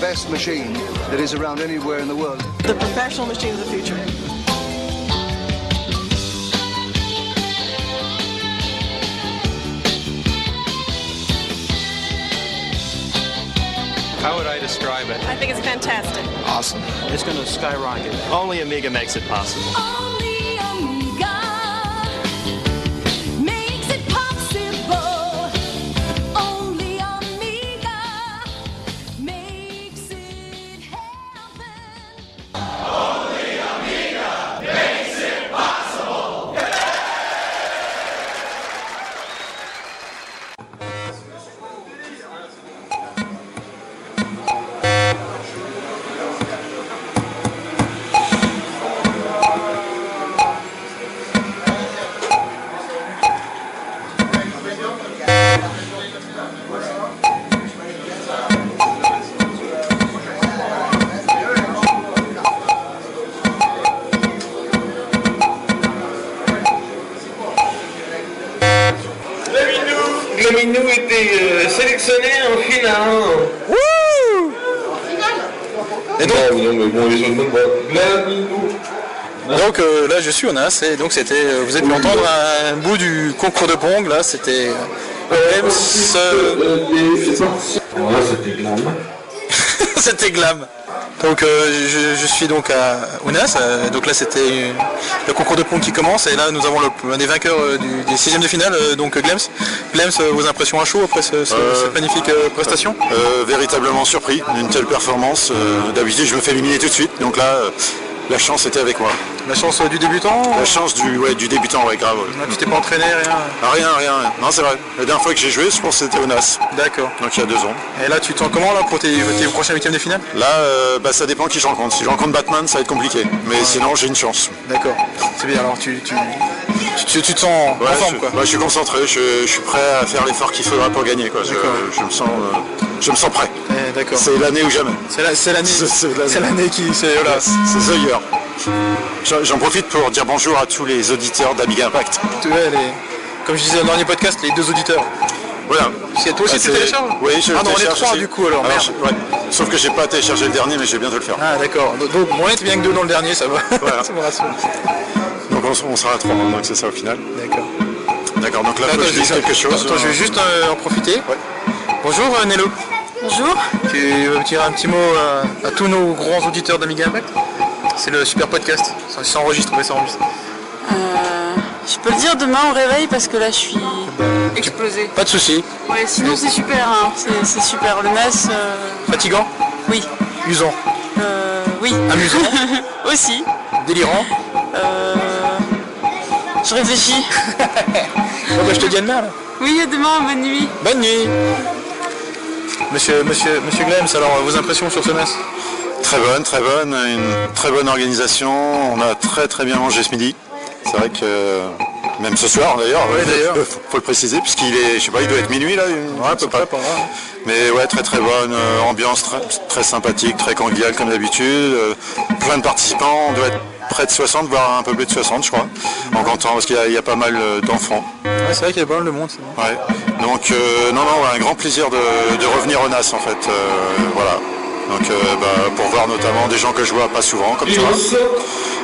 best machine that is around anywhere in the world. The professional machine of the future. How would I describe it? I think it's fantastic. Awesome. It's going to skyrocket. Only Amiga makes it possible. Only Amiga makes it possible. Only Amiga makes it happen. Glaminou était euh, sélectionné en finale. Et donc, non, mais bon, les autres, bon, bon. Glaminou. Donc euh, là je suis au NAS et donc c'était euh, vous êtes pu entendre un bout du concours de pong là c'était euh, James, euh, Voilà, c'était glam. c'était glam. Donc euh, je, je suis donc à au NAS euh, donc là c'était euh, le concours de pong qui commence et là nous avons le, un des vainqueurs euh, du, des sixièmes de finale euh, donc euh, Glems. Glems euh, vos impressions à chaud après ce- ce- cette magnifique euh, prestation Euh, véritablement surpris d'une telle performance. Euh, D'habitude, je me fais éliminer tout de suite. Donc là, euh, la chance était avec moi. La chance euh, du débutant La chance du, ouais, du débutant, ouais, grave. ouais. euh, Tu t'es pas entraîné rien Ah, rien, rien, rien. Non, c'est vrai. La dernière fois que j'ai joué, je pense que c'était au NAS. D'accord. Donc il y a deux ans. Et là tu te sens comment là pour tes, tes prochains huitièmes de finale Là, euh, bah, ça dépend qui je rencontre. Si je rencontre Batman, ça va être compliqué. Mais sinon, j'ai une chance. D'accord. C'est bien alors tu, tu, tu, tu te sens Ouais, en forme je, quoi. ouais, je suis concentré. Je, je suis prêt à faire l'effort qu'il faudra pour gagner. Quoi. Je, D'accord. je me sens, euh, je me sens prêt. Eh, D'accord. C'est l'année ou jamais. C'est la- c'est l'année. C'est- c'est l'année. C'est l'année qui. C'est voilà. C'est The Year. J'en- J'en profite pour dire bonjour à tous les auditeurs d'Amiga Impact. Tu vois, les- Comme je disais dans le dernier podcast, les deux auditeurs. Voilà. C'est toi aussi Ah, tu c'est- télécharges Oui, je Ah non, on est télécharge trois, aussi. du coup, alors, merde. je- ouais. Sauf que j'ai pas téléchargé le dernier, mais je vais bientôt le faire. Ah d'accord. Donc donc, on est bien que deux dans le dernier, ça va. Voilà. ça me rassure. Donc on, s- on sera à trois maintenant, que c'est ça au final. D'accord. D'accord, donc là, faut Attends, que je je, dis ça. quelque chose. Attends, je vais juste euh, en profiter. Bonjour euh, Nello. Bonjour. Tu veux me dire un petit mot euh, à tous nos grands auditeurs d'Amiga Impact C'est le super podcast. Ça s'enregistre, ouais, ça enregistre. Euh, Je peux le dire demain au réveil parce que là je suis explosée. Pas de soucis. Ouais, sinon c'est super, hein. c'est c'est super. Le NAS, euh, Fatigant, oui, usant, Euh, oui, amusant, aussi. délirant. Euh, je réfléchis. Bon, bah, je te dis à demain, là. Oui, à demain, bonne nuit. Bonne nuit Monsieur, monsieur, monsieur Glems, alors euh, vos impressions sur ce NAS Très bonne, très bonne, une très bonne organisation. On a très très bien mangé ce midi. C'est vrai que euh, même ce soir d'ailleurs, Ouais, d'ailleurs. faut, faut le préciser puisqu'il est, je sais pas, il doit être minuit là, une- je ne sais pas. Mais ouais, très très bonne euh, ambiance, très, très sympathique, très conviviale comme d'habitude. euh, plein de participants, on doit être près de 60, voire un peu plus de 60 je crois, en comptant parce qu'il y a- il y, a pas mal euh, d'enfants. Ouais, c'est vrai qu'il y a pas mal de monde. c'est vrai. Ouais. Donc euh, non, non, ouais, un grand plaisir de, de revenir au NAS en fait. euh, voilà. Donc euh, bah, pour voir notamment des gens que je vois pas souvent comme toi.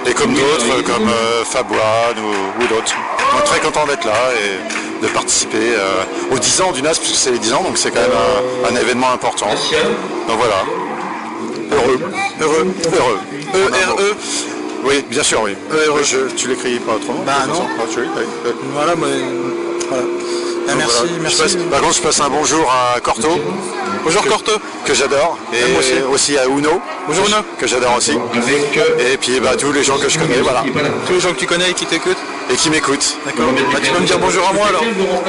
Et comme d'autres, euh, comme euh, Fab One ou, ou d'autres. Donc très content d'être là et de participer euh, aux 10 ans du NAS, puisque c'est les 10 ans, donc c'est quand même un, un événement important. Donc voilà. Heureux. Heureux. Heureux. E-R-E. Oui, bien sûr, oui. E-R-E. Oui, je- tu l'écris pas autrement E Bah, de toute non. façon. Ah, tu l'as- oui, oui. Voilà, moi, euh, voilà. Ah, Donc, merci, voilà. Je merci. passe- par contre, je passe un bonjour à Corto. Bonjour, que- Corto. Que j'adore. Et moi aussi. aussi. à Uno. Bonjour, que- Uno. Que j'adore aussi. Avec euh, Et puis bah, tous les gens que je connais, voilà. Tous les gens que tu connais et qui t'écoutent, Et qui m'écoutent. d'accord Bah, Tu peux me dire bonjour à moi alors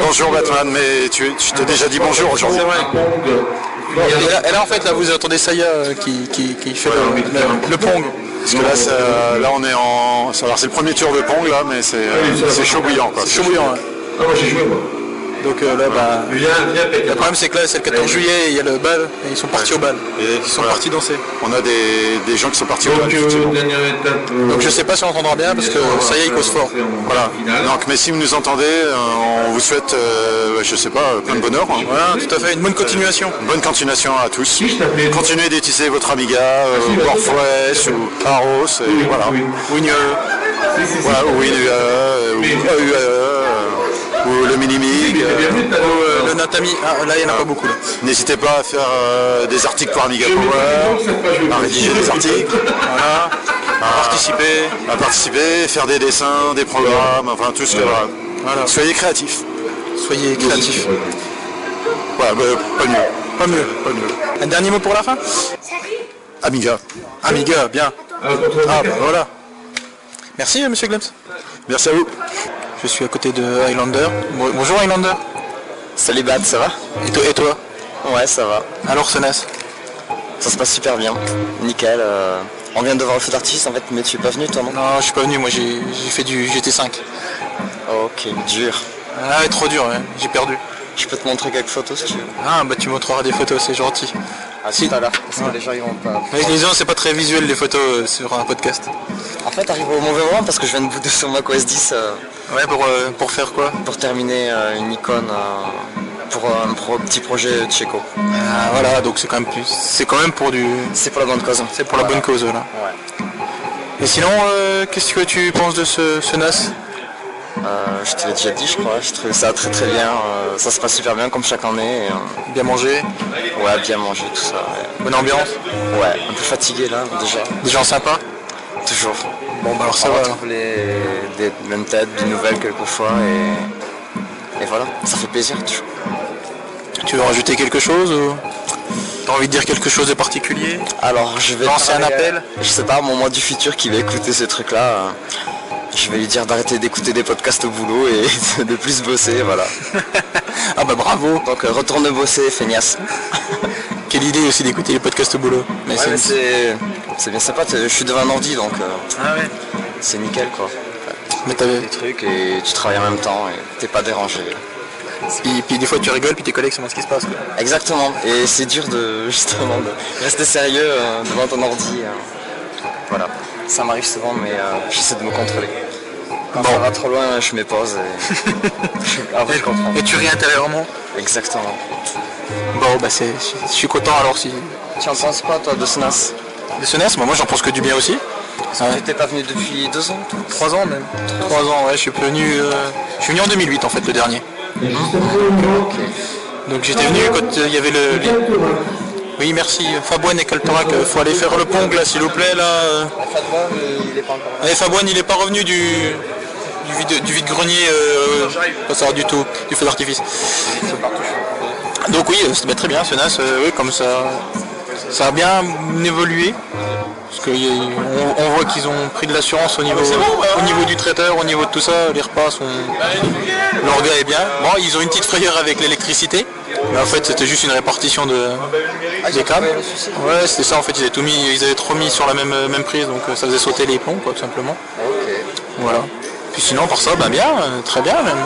Bonjour Batman, mais tu, tu t'es déjà dit bonjour aujourd'hui. C'est vrai. Et là, et là, en fait, là, vous entendez Saya euh, qui, qui, qui fait le, le- le pong. Parce que là, ça- là on est en. Alors c'est le premier tour de Pong là, mais c'est, euh, c'est chaud bouillant. quoi. C'est chaud bouillant. hein. Ah, moi j'ai joué moi. Donc euh, là, bah, Viens, viens, le problème c'est que là, c'est le 14 juillet, il y a le bal, et ils sont partis au bal. Et Ils sont voilà. partis danser. On a des, des gens qui sont partis au bal, Donc, euh, effectivement. dernière étape. euh, Donc je sais pas si on entendra bien parce que euh, ça y est, il cause fort. Voilà. Donc, mais si vous nous entendez, euh, on vous souhaite, euh, je sais pas, plein de bonheur. hein. Voilà, tout à fait, une bonne continuation. Une bonne continuation à tous. je t'appelais- Ah, bah, Continuez d'utiliser votre Amiga, euh, Warfresh ou Aros, et voilà. oui. Wigneux. Voilà, ou Winue, euh, ou AUE, euh, ou le Minimig. euh, Bienvenue tout à Euh, l'heure. le Natami, ah, là, il n'y en a pas beaucoup. Là. N'hésitez pas à faire euh, des articles pour Amiga Donc, Power, cette page, je- à rédiger des articles, voilà, à participer, à participer, faire des dessins, des programmes, enfin tout ce que voilà. Voilà. Soyez créatifs. Soyez créatifs. Voilà, bah, pas mieux. Pas mieux, pas mieux. Un dernier mot pour la fin Amiga. Amiga, bien. Ah bah voilà. Merci euh, Monsieur Glems. Merci à vous. Je suis à côté de Highlander. Bon- Bonjour Highlander. Salut Bat, ça va Et toi, et toi Ouais, ça va. Alors Sonas Ça se passe super bien. Nickel. euh, On vient de voir le feu d'artiste en fait, mais tu es pas venu toi non Non, je suis pas venu, moi j'ai j'ai fait du GT5. Ok, dur. Ah, ouais, trop dur, ouais. j'ai perdu. Je peux te montrer quelques photos si tu veux. Ah, bah tu montreras des photos, c'est gentil. Ah, Si. tout à l'heure, parce Ouais. que les gens ils vont pas. Mais disons, c'est pas très visuel les photos euh, sur un podcast. En fait, t'arrives au mauvais moment parce que je viens de booter sur Mac OS 10 euh, Ouais, pour, euh, pour faire quoi pour terminer euh, une icône euh, pour un pro- petit projet tchéco. Ah, Voilà, donc c'est quand même plus. C'est quand même pour du. C'est pour la bonne cause. C'est pour la bonne cause, là. Ouais. Et sinon, euh, qu'est-ce que tu penses de ce, ce NAS Euh, je te l'ai déjà dit, je crois. Je trouve ça très très bien. euh, ça se passe super bien comme chaque année. et, euh, Bien mangé, ouais, bien manger, tout ça. ouais. bonne ambiance, Ouais, un peu fatigué là déjà. des gens sympas. Toujours. Bon, bah alors ça on va. retrouve les, des mêmes têtes, des nouvelles quelquefois et, et voilà, ça fait plaisir. tu vois. Tu veux rajouter quelque chose ou Euh, T'as envie de dire quelque chose de particulier Alors je vais Lancer un parler, appel euh, Je sais pas, mon moi du futur qui va écouter ces trucs-là, euh, je vais lui dire d'arrêter d'écouter des podcasts au boulot et de plus bosser, voilà. Ah bah bravo Donc euh, retourne bosser, feignasse. Quelle idée aussi d'écouter les podcasts au boulot. Mais Ouais, c'est- mais c'est c'est bien sympa, t'es- je suis devant un ordi donc euh, Ah ouais. c'est nickel quoi. Mais t'avais- Des trucs et tu travailles en même temps et t'es pas dérangé. puis, puis des fois tu rigoles, puis tes collègues savent ce qui se passe. quoi. Exactement, et c'est dur de justement de rester sérieux euh, devant ton ordi. euh. Voilà, ça m'arrive souvent, mais euh, j'essaie de me contrôler. Quand ça va trop loin, je mets pause et. Après, je comprends. Et tu ris intérieurement. Exactement. Bon bah c'est, je je suis content alors si. Tu en penses quoi, toi, de SNAS De ce NAS, bah, moi j'en pense que du bien aussi. Ouais. Tu t'es pas venu depuis deux ans, toi Trois ans même. Trois ans, ouais, je suis venu, euh, je suis venu en 2008 en fait le dernier. Donc j'étais venu quand euh, il y avait le. les- Oui merci Fabouane et Coltorac, euh, faut aller faire le pong là s'il vous plaît là. euh. Fatboy, il est pas encore là. Allez Eh, Fabouane il est pas revenu du du vide, du vide grenier pas savoir du tout, du feu d'artifice. Donc oui, euh, c'est bah, très bien ce NAS, euh, oui comme ça ça a bien évolué. Parce qu'on on voit qu'ils ont pris de l'assurance au niveau, au niveau du traiteur, au niveau de tout ça, les repas sont. L'orga est bien. Bon, ils ont une petite frayeur avec l'électricité, mais en fait c'était juste une répartition de, des câbles. Ouais, c'était ça en fait, ils avaient tout mis, ils avaient trop mis sur la même, euh, même prise, donc euh, ça faisait sauter les plombs quoi, tout simplement. Voilà. Puis sinon, par ça, bah bien, euh, très bien même.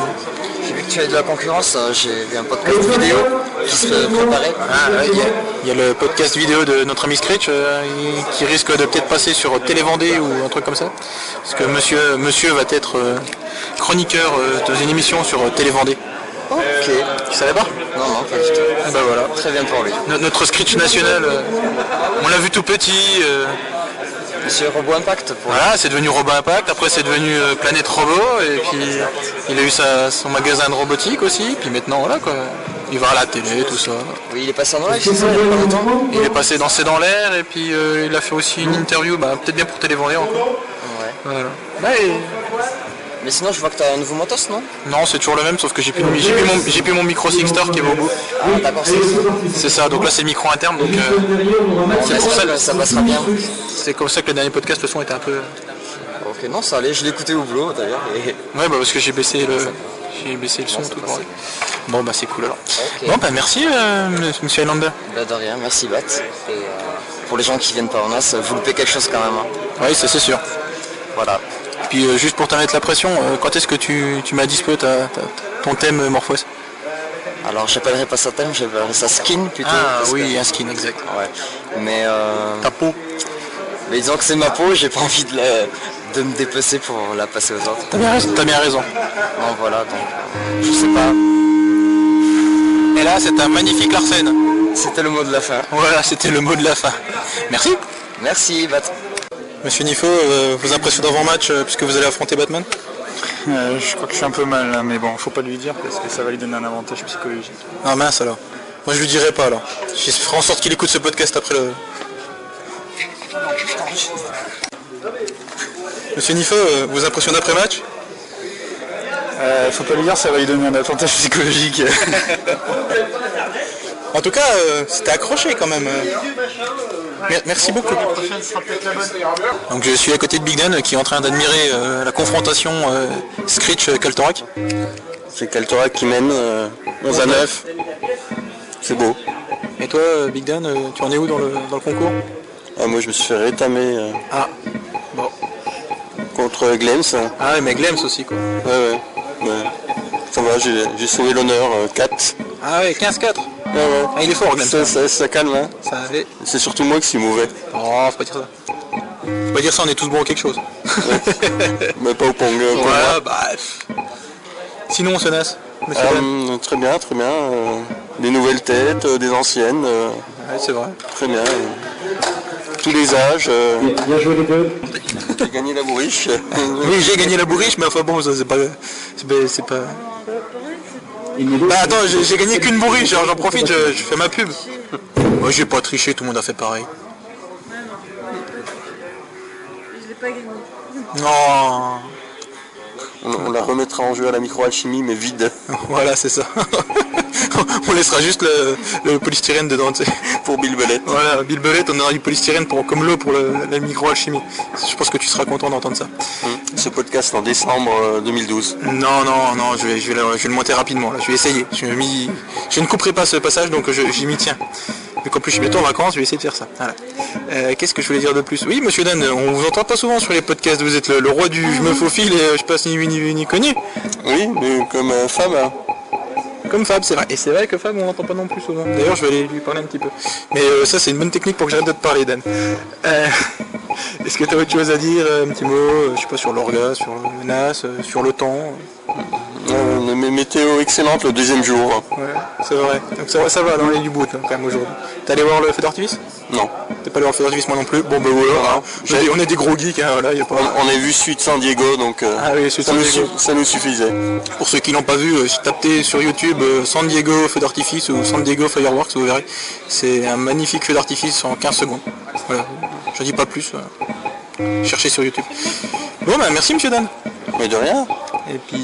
J'ai vu que tu avais de la concurrence, euh, j'ai vu un podcast vidéo qui se préparait. Ah, ouais, Il y, a- il y a le podcast vidéo de notre ami Scritch euh, il- qui risque de peut-être passer sur Télévendée ou un truc comme ça. Parce que monsieur, monsieur va être euh, chroniqueur euh, dans une émission sur euh, Télévendée. Ok. Tu savais pas Non, non, pas du tout. Ah, Bah voilà. Très bien pour lui. No- notre Scritch national, euh, on l'a vu tout petit. euh, Monsieur Robo Impact pour voilà, c'est devenu Robot Impact. Après, c'est devenu euh, Planète Robot. Et puis, il a eu sa- son magasin de robotique aussi. Puis maintenant, voilà quoi. Il va à la télé, tout ça. Oui, il est passé en live, c'est ça, il y a pas longtemps Il est passé danser dans l'air et puis euh, il a fait aussi une interview, bah, peut-être bien pour Télévendée encore. Ouais. Voilà. Bah, et- Mais sinon, je vois que t'as un nouveau matos, non Non, c'est toujours le même, sauf que j'ai plus, de mi- j'ai plus mon, j'ai plus mon micro Six Star qui est au bout. Ah, d'accord, c'est C'est ça, donc là c'est le micro interne, donc euh, bah, c'est pour ça que ça passera bien. c'est comme ça que le dernier podcast, le son était un peu... euh, Ok, non, ça allait, je l'écoutais au boulot d'ailleurs. Et... Ouais, bah, parce que j'ai baissé le, j'ai baissé le son, ça tout passait pareil. Bon, bah c'est cool alors. Ok. Bon, bah merci, euh, monsieur Highlander. Bah, de rien, merci Bat. Et euh, pour les gens qui viennent pas en as, vous loupez quelque chose quand même. hein. Oui, ça c'est sûr. Voilà. Puis euh, juste pour t'en mettre la pression, euh, quand est-ce que tu, tu m'as dispo ta- ta- ton thème euh, Morphos Alors j'appellerais pas ça thème, j'appellerais ça skin plutôt. Ah parce oui, que- un skin, exact. Ouais. Mais, euh, Ta peau. mais disons que c'est ma peau, j'ai pas envie de, la- de me dépecer pour la passer aux autres. T'as bien raison. T'as bien raison. Non voilà, donc euh, je sais pas. Et là, c'est un magnifique Larsen. C'était le mot de la fin. Voilà, c'était le mot de la fin. Merci. Merci, Bat. Monsieur Nifo, euh, vos impressions d'avant-match, euh, puisque vous allez affronter Batman Euh, je crois que je suis un peu mal là, mais bon, faut pas lui dire parce que ça va lui donner un avantage psychologique. Ah mince alors. Moi je lui dirai pas alors. Je ferai en sorte qu'il écoute ce podcast après le. Monsieur Nifo, euh, vos impressions d'après-match Euh, faut pas lui dire, ça va lui donner un avantage psychologique. En tout cas, euh, c'était accroché quand même. euh. Mer- merci beaucoup. Donc je suis à côté de Big Dan euh, qui est en train d'admirer euh, la confrontation euh, Screech-Kaltorak. C'est Kaltorak qui mène euh, 11 à 9. C'est beau. Et toi, euh, Big Dan, euh, tu en es où dans le, dans le concours Ah, moi je me suis fait rétamer euh, Ah, bon. contre Glems. Ah ouais, mais Glems aussi quoi. Ouais, ouais. Ça va, j'ai sauvé l'honneur euh, 4. Ah ouais, 15-4. Ah, il est fort, Glems. Ça, ça- ça calme, hein. Ça allait. C'est surtout moi qui suis mauvais. Oh, faut pas dire ça. Faut pas dire ça, on est tous bons à quelque chose. Mais pas au pong. euh, pour Voilà, bah. pff. Sinon, on se nasse. Monsieur moi. Dan. Euh, très bien, très bien. euh, des nouvelles têtes, euh, des anciennes. euh, Ouais, c'est vrai. très bien. euh, tous les âges. Bien joué les deux. J'ai gagné la bourriche. Oui, j'ai gagné la bourriche, mais enfin bon, ça c'est pas. C'est pas. c'est pas- Bah attends, j'ai j'ai gagné qu'une bourriche, alors j'en profite, je, je fais ma pub. Moi j'ai pas triché, tout le monde a fait pareil. Je l'ai pas gagné. on, on la remettra en jeu à la microalchimie, mais vide. Non, voilà, c'est ça. on laissera juste le, le polystyrène dedans, tu sais. Pour Bill Bellet. Voilà, Bill Bellet, on aura du polystyrène pour, comme l'eau pour le- la microalchimie. Je pense que tu seras content d'entendre ça. Hmm, Ce podcast en décembre euh, 2012. Non, non, non, je vais, je vais, le, je vais le monter rapidement, là. je vais essayer. Je, m'y- je ne couperai pas ce passage, donc je- j'y m'y tiens. Vu qu'en plus je suis bientôt en vacances, je vais essayer de faire ça. Voilà. Euh, Qu'est-ce que je voulais dire de plus Oui, monsieur Dan, on vous entend pas souvent sur les podcasts, vous êtes le, le roi du je me faufile et euh, je passe ni vu ni vu ni connu. Oui, mais comme euh, femme. hein. Comme Fab, c'est vrai. Et c'est vrai que Fab, on l'entend pas non plus souvent. D'ailleurs, je vais aller lui parler un petit peu. Mais euh, ça, c'est une bonne technique pour que j'arrête de te parler, Dan. Euh, Est-ce que tu as autre chose à dire euh, Un petit mot, euh, je sais pas, sur l'orga, sur la menace, euh, sur le temps Euh, mais météo excellente le deuxième jour. Ouais, c'est vrai. Donc ça, va- ça va dans les du bout là, quand même aujourd'hui. T'es allé voir le feu d'artifice Non. T'es pas allé voir le feu d'artifice moi non plus. Bon ben voilà, hein. on, est, on est des gros geeks, hein, voilà, y a pas. On, on a vu Suite San Diego, donc euh, Ah oui, Suite ça, San nous, Diego. su- ça nous suffisait. Pour ceux qui l'ont pas vu, euh, si tapez sur YouTube euh, San Diego feu d'artifice ou San Diego fireworks, vous verrez. C'est un magnifique feu d'artifice en 15 secondes. Voilà, je dis pas plus. euh, Cherchez sur YouTube. Bon ben merci Monsieur Dan. Mais de rien. Et puis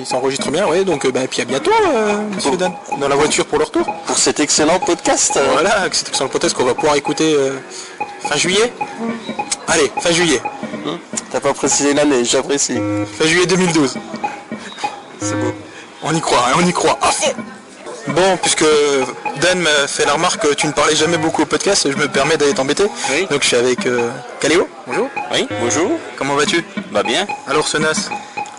il s'enregistre bien, ouais. Donc euh, ben, et puis à bientôt euh, Monsieur Bon. Dan dans la voiture pour le retour. Pour cet excellent podcast. Voilà, que c'est sur le podcast qu'on va pouvoir écouter euh, fin juillet. Allez, fin juillet. Mmh. T'as pas précisé l'année, j'apprécie. Fin juillet 2012. C'est beau. On y croit, hein, on y croit. À fond Bon, puisque Dan m'a fait la remarque que tu ne parlais jamais beaucoup au podcast, je me permets d'aller t'embêter. Oui. Donc je suis avec euh, Caléo. Bonjour. Oui, bonjour. Comment vas-tu Bah bien. Alors Senas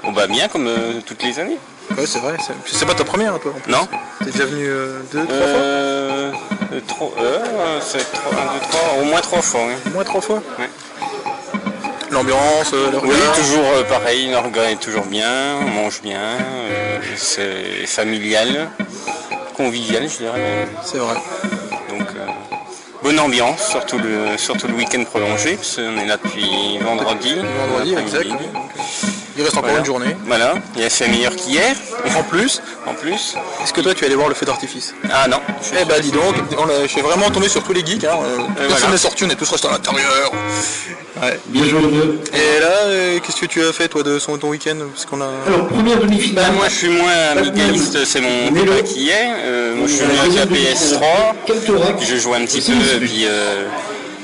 On va bien comme euh, toutes les années. Ouais, c'est vrai. c'est- C'est pas ta première, toi. en plus. Non T'es déjà venu euh, deux, trois fois Euh. Trois, c'est trois, au moins trois fois. Moins trois fois Ouais. L'ambiance, euh, le Oui, regard. toujours euh, pareil, l'orga est toujours bien, on mange bien, euh, c'est familial, convivial, je dirais. même. C'est vrai. Donc, euh, bonne ambiance, surtout le, surtout le week-end prolongé, parce qu'on est là depuis vendredi. Vendredi, l'après-midi. exact. Il reste encore Voilà. une journée. Voilà, il a fait meilleur qu'hier, En plus, en plus. Est-ce que toi tu es allé voir le feu d'artifice Ah non, je- Eh bah dis donc, on a- je suis vraiment tombé sur tous les geeks, hein. euh, personne voilà. n'est sorti, on est tous restés à l'intérieur. Ouais. Bien joué Et là, euh, qu'est-ce que tu as fait toi de son, ton week-end Parce qu'on a. bah, moi je suis moins amicaliste, c'est mon papa qui est. euh, moi je suis venu avec la PS3, je joue un petit peu, et puis euh,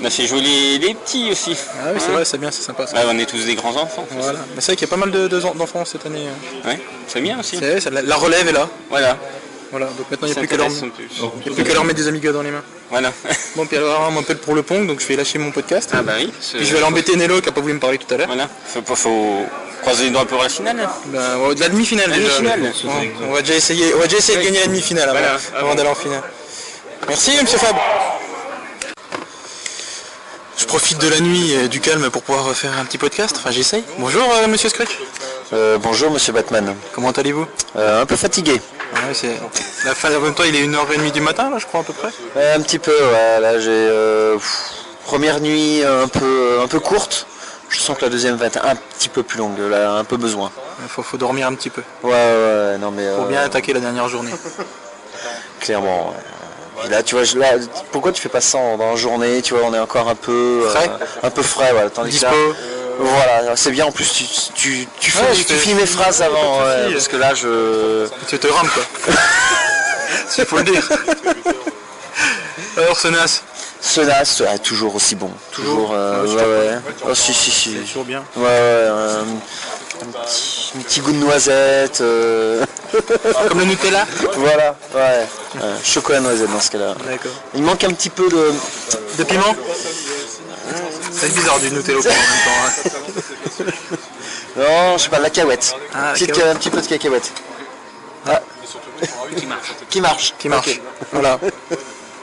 bah, c'est jouer les, les petits aussi. Hein Ah oui, c'est vrai, c'est bien, c'est sympa ça. Bah, on est tous des grands enfants. c'est Voilà. Mais c'est vrai qu'il y a pas mal de- de- d'enfants cette année. euh. ça. Ouais, c'est bien aussi. C'est vrai, ça- la, la relève est là. Voilà. Voilà, donc maintenant il n'y a Ça plus qu'à leur, intéresse un peu. il y a plus qu'à leur mettre des amigas dans les mains. Voilà. Bon, puis alors on m'appelle pour le pong, donc je vais lâcher mon podcast. Ah bah oui. Puis je vais aller embêter Nello qui a pas voulu me parler tout à l'heure. Voilà. Faut, faut, faut croisé dans un peu la finale. Ben, ouais, de la demi-finale déjà. demi-finale. Ouais, on, va déjà essayer, on va déjà essayer de gagner la demi-finale avant- Voilà, avant, d'aller en finale. Merci Monsieur Fab. Je profite de la nuit et du calme pour pouvoir faire un petit podcast. Enfin, j'essaye. Bonjour euh, Monsieur Scratch. Euh, bonjour Monsieur Batman. Euh, Comment allez-vous Ah un peu fatigué. Ouais, c'est la fin. En même temps, il est 1h30 du matin, là, je crois à peu près. un petit peu. ouais, là j'ai euh, pff, première nuit euh, un peu un peu courte. Je sens que la deuxième va être un petit peu plus longue. Là, un peu besoin. Il faut, faut dormir un petit peu Ouais, ouais, non mais. pour euh, bien attaquer la dernière journée. Clairement. ouais. Et là, tu vois, je- là, pourquoi tu fais pas ça en- dans la journée Tu vois, on est encore un peu euh, Frais un peu frais, voilà. Tandis que là, Dispo. voilà, c'est bien. En plus, tu tu, tu, fais- Ouais, je tu fais- finis mes phrases avant, Pas de soucis. ouais, parce que là, je euh, Tu te rames quoi. Il faut le dire. Alors, Sonas, Ah, cela sera toujours aussi bon. Toujours. euh, Ouais, je ouais, te- ouais. Oh, si, si, si. toujours bien. Ouais, ouais. euh, un, petit, un petit goût de noisette. euh, comme le Nutella. voilà. Ouais. ouais, Chocolat noisette dans ce cas-là. D'accord. Il manque un petit peu de. De piment C'est bizarre du Nutella au piment en même temps. hein. Non, je sais pas, la cacahuète. Ah, la Petite- euh, cacahuète. Un petit peu de cacahuète. Ah. Qui marche. Qui marche. Ok. Voilà.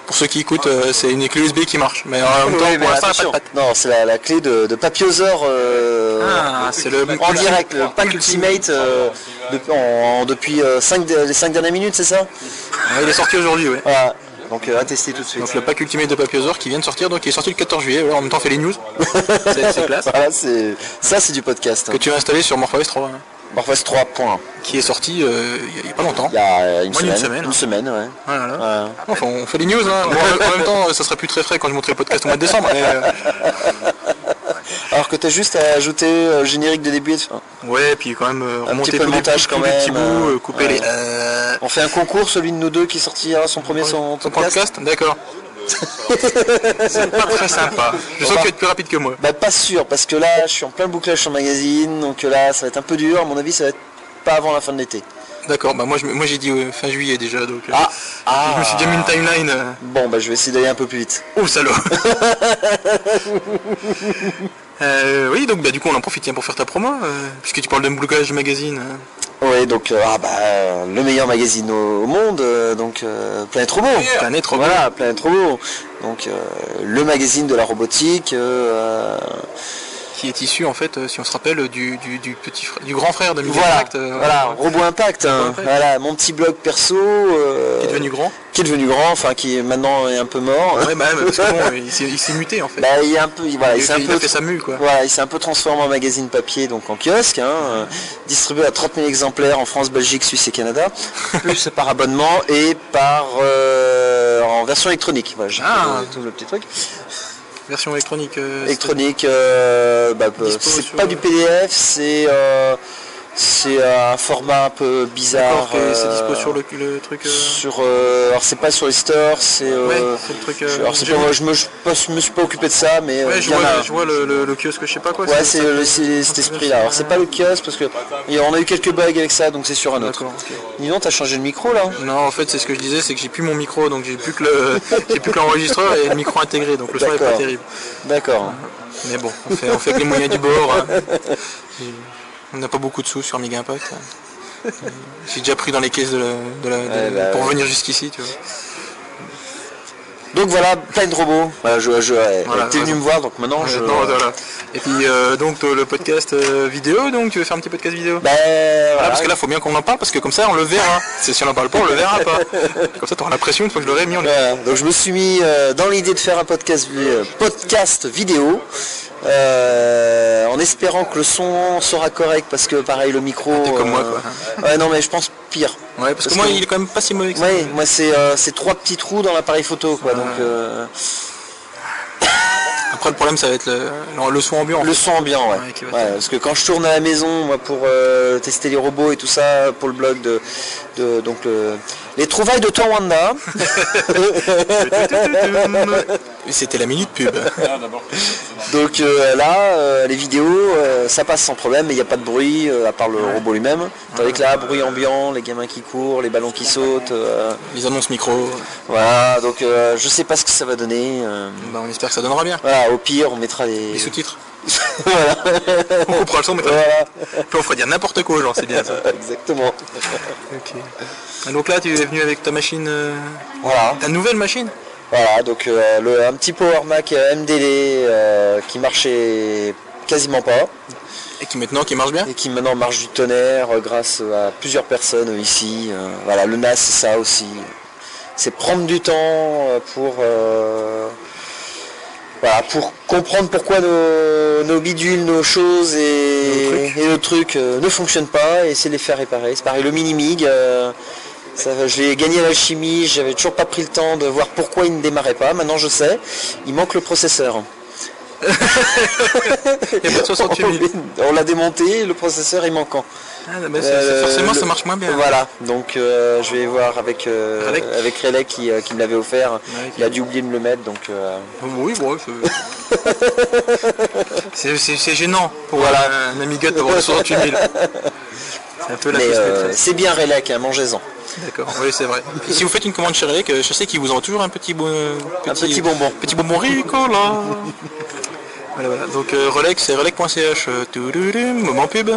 Pour ceux qui écoutent, euh, c'est une clé USB qui marche. Mais en même temps, Oui, mais pour l'instant, elle a attention. pas de patte. Non, c'est la, la clé de, de Papiosaur euh, Ah, c'est le en direct, le pack Ultimate euh, de- en- en- depuis euh, cinq de- les 5 dernières minutes, c'est ça Ouais, Ah, il est sorti aujourd'hui, ouais. Voilà. Donc euh, à tester tout de suite. Donc le pack Ultimate de Papiosaur qui vient de sortir, donc il est sorti le 14 juillet. Voilà, en même temps, on fait les news. C'est c'est classe. Voilà, c'est- ça c'est du podcast. hein. Que tu as installé sur MorphOS 3, hein, Morphos 3 points. qui est sorti euh, il n'y a pas longtemps. Il y a euh, une, semaine, Moins d'une semaine, hein. Une semaine, ouais. Voilà. Ouais. Enfin, on fait les news. hein. Bon, en en même temps, euh, ça sera plus très frais quand je montrerai le podcast au mois de décembre. mais, euh, Alors que t'as juste à ajouter euh, le générique de début et de fin. Ouais, et puis quand même, euh, Un remonter petit peu le tous les montage, quand tous les même, petits bouts, euh, euh, couper ouais. les. euh, On fait un concours, celui de nous deux qui sortira son premier son Ton podcast. podcast D'accord. c'est pas très sympa. Je sens que tu es plus rapide que moi. Bah pas sûr, parce que là je suis en plein bouclage sur le magazine, donc là ça va être un peu dur, à mon avis ça va être pas avant la fin de l'été. D'accord, bah moi je- moi, j'ai dit euh, fin juillet déjà, donc euh, Ah, je me suis déjà mis une timeline. euh. Bon bah je vais essayer d'aller un peu plus vite. Oh salaud Euh, Oui, donc bah, du coup on en profite tiens, pour faire ta promo, euh, puisque tu parles de blocage de magazine. hein. Oui donc euh, ah bah euh, le meilleur magazine au, au monde, euh, donc euh, Planète Robot. Planète Robot. Voilà, Planète Robot. Donc euh, le magazine de la robotique. euh, euh, qui est issu en fait, euh, si on se rappelle, du, du- du petit frère- du grand frère de Media voilà, Impact, euh, voilà, Robot Impact. hein. Robot Impact. Voilà, mon petit blog perso. euh, qui est devenu grand. qui est devenu grand, enfin qui est maintenant est un peu mort. Ouais, bah, parce que bon, il s'est il s'est muté en fait. Bah, il est un peu, il- voilà, il, il s'est un il peu a fait sa mue quoi. Voilà, il s'est un peu transformé en magazine papier, donc en kiosque, hein, euh, distribué à 30 000 exemplaires en France, Belgique, Suisse et Canada, plus par abonnement et par euh, en version électronique. Voilà, j'ai Ah. fait tout le petit truc. Version électronique. euh, Électronique, euh, bah, Dispo c'est sur- euh, pas du PDF, c'est euh, c'est un format un peu c'est- bizarre. D'accord, que c'est dispo euh, sur le, le truc. euh, sur, euh, alors c'est pas sur les stores, c'est euh, ouais, c'est le truc. euh, je- alors c'est j'ai pas- vu. je me, je pas- je me suis pas occupé de ça, mais euh, Ouais, il je y en a vois, un. je vois le, le, le kiosque, je sais pas quoi. Ouais, c'est le- c'est cet esprit-là. Alors, c'est pas le kiosque parce que et on a eu quelques bugs avec ça, donc c'est sur un autre. D'accord, ok. Dis donc, t'as changé de micro là Non, en fait, c'est ce que je disais, c'est que j'ai plus mon micro, donc j'ai plus que le, j'ai plus que l'enregistreur et le micro intégré, donc le son est pas D'accord. terrible. D'accord. Mais bon, on fait, on fait avec les moyens du bord. hein. On n'a pas beaucoup de sous sur Mega Impact. J'ai déjà pris dans les caisses de la, Euh, de la- de- Ouais, bah, pour ouais. venir jusqu'ici, tu vois. Donc voilà, plein de robots. Voilà, je, je, ouais, Voilà, t'es venu voilà. me voir, donc maintenant je. Maintenant, voilà. Et puis euh, donc euh, le podcast euh, vidéo, donc tu veux faire un petit podcast vidéo Ben, Ah, voilà. parce que là, faut bien qu'on en parle, parce que comme ça, on le verra. C'est- si on en parle pas, on le verra pas. Comme ça, t'auras la pression une fois que je l'aurai mis. On... Voilà. donc je me suis mis euh, dans l'idée de faire un podcast, vi- euh, podcast vidéo. euh, en espérant que le son sera correct parce que pareil le micro Ah, euh, t'es comme moi, ouais non mais je pense pire Ouais, parce, que moi, il est quand même pas si mauvais que ça. Ah. Ouais, moi c'est euh, c'est trois petits trous dans l'appareil photo quoi donc euh, Après, le problème, ça va être le, le- le son ambiant. Le son ambiant, ouais. Ouais, qui va Ouais, te- parce que quand je tourne à la maison, moi, pour euh, tester les robots et tout ça, pour le blog de, de- donc le- les trouvailles de Tawanda. Et C'était la minute pub. donc euh, là, euh, les vidéos, euh, ça passe sans problème, mais il n'y a pas de bruit euh, à part le robot lui-même. Tandis que là, bruit ambiant, les gamins qui courent, les ballons qui sautent, euh, Les annonces micro. voilà. Donc euh, je sais pas ce que ça va donner. euh. Bah, on espère que ça donnera bien. voilà, au pire, on mettra les, Les sous-titres. voilà, On coupera le son, mais voilà, puis on fera dire n'importe quoi aux gens, c'est bien ça. exactement. Et Donc là, tu es venu avec ta machine, euh, Voilà, ta nouvelle machine voilà donc euh, le, un petit Power Mac euh, MDD euh, qui marchait quasiment pas Et qui maintenant, qui marche bien et qui maintenant marche du tonnerre euh, grâce à plusieurs personnes euh, ici. Euh, voilà, le NAS, c'est ça aussi. C'est prendre du temps euh, pour, euh, voilà, pour comprendre pourquoi nos, nos bidules, nos choses et, et nos trucs euh, ne fonctionnent pas et essayer de les faire réparer. C'est pareil, le mini-mig. euh, ça, je l'ai gagné à la chimie, j'avais toujours pas pris le temps de voir pourquoi il ne démarrait pas. Maintenant je sais, il manque le processeur. Il n'y a pas de 68 000. On l'a démonté, le processeur est manquant. Ah, bah, c'est- c'est- Euh, forcément, le- ça marche moins bien. Voilà, donc euh, je vais voir avec, euh, Avec- avec... Relais qui, euh, qui me l'avait offert. Ouais, Il a dû oublier de me le mettre, donc euh, Oui, bon, c'est- c'est c'est- c'est gênant pour voilà. un amiguette d'avoir le 68 000. C'est un peu la mais, fausse euh, maîtresse. c'est bien Relec, hein, mangez-en. D'accord, oui, c'est vrai. Et si vous faites une commande chez Rick, euh, je sais qu'ils vous envoient toujours un petit, bon, Un petit bonbon. Petit bonbon Rico, là Voilà, voilà. Donc, euh, Rolex, c'est Rolex.ch. Euh, toudoudum, Moment pub.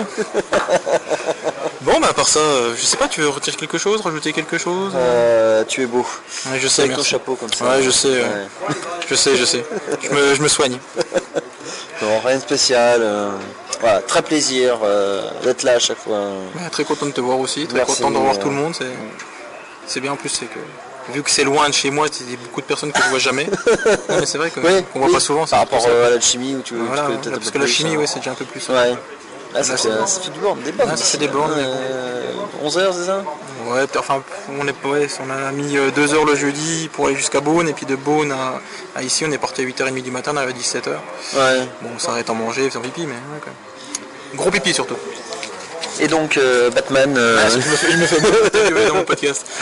Bon, bah, à part ça, euh, je sais pas, tu veux retirer quelque chose, rajouter quelque chose Euh, tu es beau. Ouais, je sais, Avec ton merci. chapeau comme ça. Ouais, je sais, ouais. Je sais, je sais. Je me, je me soigne. Non, rien de spécial. euh, voilà, très plaisir euh, d'être là à chaque fois. Ouais, Bah, très content de te voir aussi, très Merci, content de revoir euh, tout le monde. c'est- C'est bien en plus, c'est que vu que c'est loin de chez moi, il y a beaucoup de personnes que je vois jamais. Non, mais c'est vrai que- qu'on Oui, voit oui, pas souvent. c'est Par pour rapport ça. euh, à la chimie où tu, tu Voilà, peux ouais, peut-être un parce peu que la plus, chimie, hein. ouais, c'est déjà un peu plus. Ouais. Ah, ça, Là, fait, c'est- ça fait du borne, des bornes. Ah, ça fait des bornes, mais bon. 11h, c'est ça Ouais, peut-être, enfin, on, est, ouais, on a mis euh, deux heures le jeudi pour aller jusqu'à Beaune, et puis de Beaune à, à ici, on est parti à 8h30 du matin, on arrive à 17h. Ouais. Bon, on s'arrête en manger, faire pipi, mais ouais, quand même. Gros pipi surtout. Ah, Et donc, euh, Batman. euh, Tu vas dans mon podcast.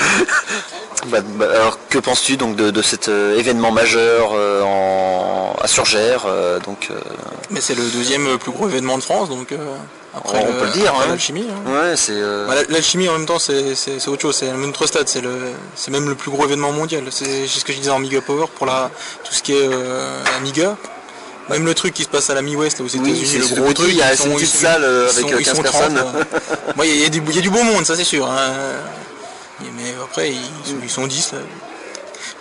Bah, bah, alors que penses-tu donc de, de cet euh, événement majeur euh, en, à Surgère euh, donc, euh, Mais c'est le deuxième plus gros événement de France, donc euh, après, On le- peut le dire, après hein. l'alchimie. hein. Ouais, c'est. euh, Bah, la- L'alchimie en même temps c'est c'est- c'est autre chose, c'est même notre stade, c'est le- c'est même le plus gros événement mondial. C'est c'est ce que je disais en Miga Power pour la, tout ce qui est euh, la Miga. Même le truc qui se passe à la Mi-West aux États-Unis, c'est- le c'est gros petit, truc. il y a- ils c'est sont- une ils petite sont- salle, euh, ils avec, sont- euh, ils sont 15 personnes. euh. Bon, Il y, a- il y a du- il y a du beau monde, ça c'est sûr. hein. Mais après ils, sont- ils sont 10. là.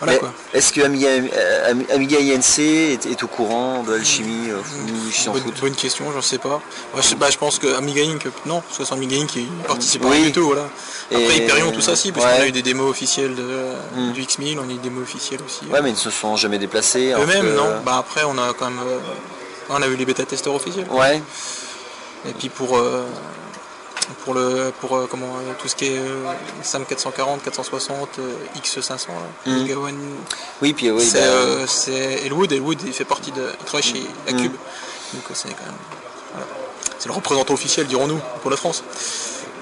Voilà Mm. mais quoi. Est-ce que Amiga, euh, Ami- Amiga INC est, est au courant de l'alchimie euh, ou ils s'en Bonne, foutent bonne question, je sais pas. Ouais, je, sais pas, je pense que Amiga Inc. Non, parce que sans Amiga Inc. ils participent pas Oui. du tout. Voilà. Après Et- Hyperion, tout ça, si, parce qu'on Ouais. Mm. a eu des démos officielles de, euh, du X1000, on a eu des démos officielles aussi. Ouais, mais ils ne se sont jamais déplacés. alors hein. Eux-mêmes, que- euh, non. Bah après, on a quand même. euh, on a eu les bêta-testeurs officiels. Ouais, Et puis pour. euh, pour le pour euh, comment euh, tout ce qui est euh, SAM 440 460 euh, X500 là, Mm. Amiga One oui, puis oui. c'est bah, Mm. hmm. euh, c'est Elwood. Elwood, il fait partie de. Il travaille chez la Cube. Donc euh, c'est quand même. voilà. C'est le représentant officiel, dirons-nous, pour la France.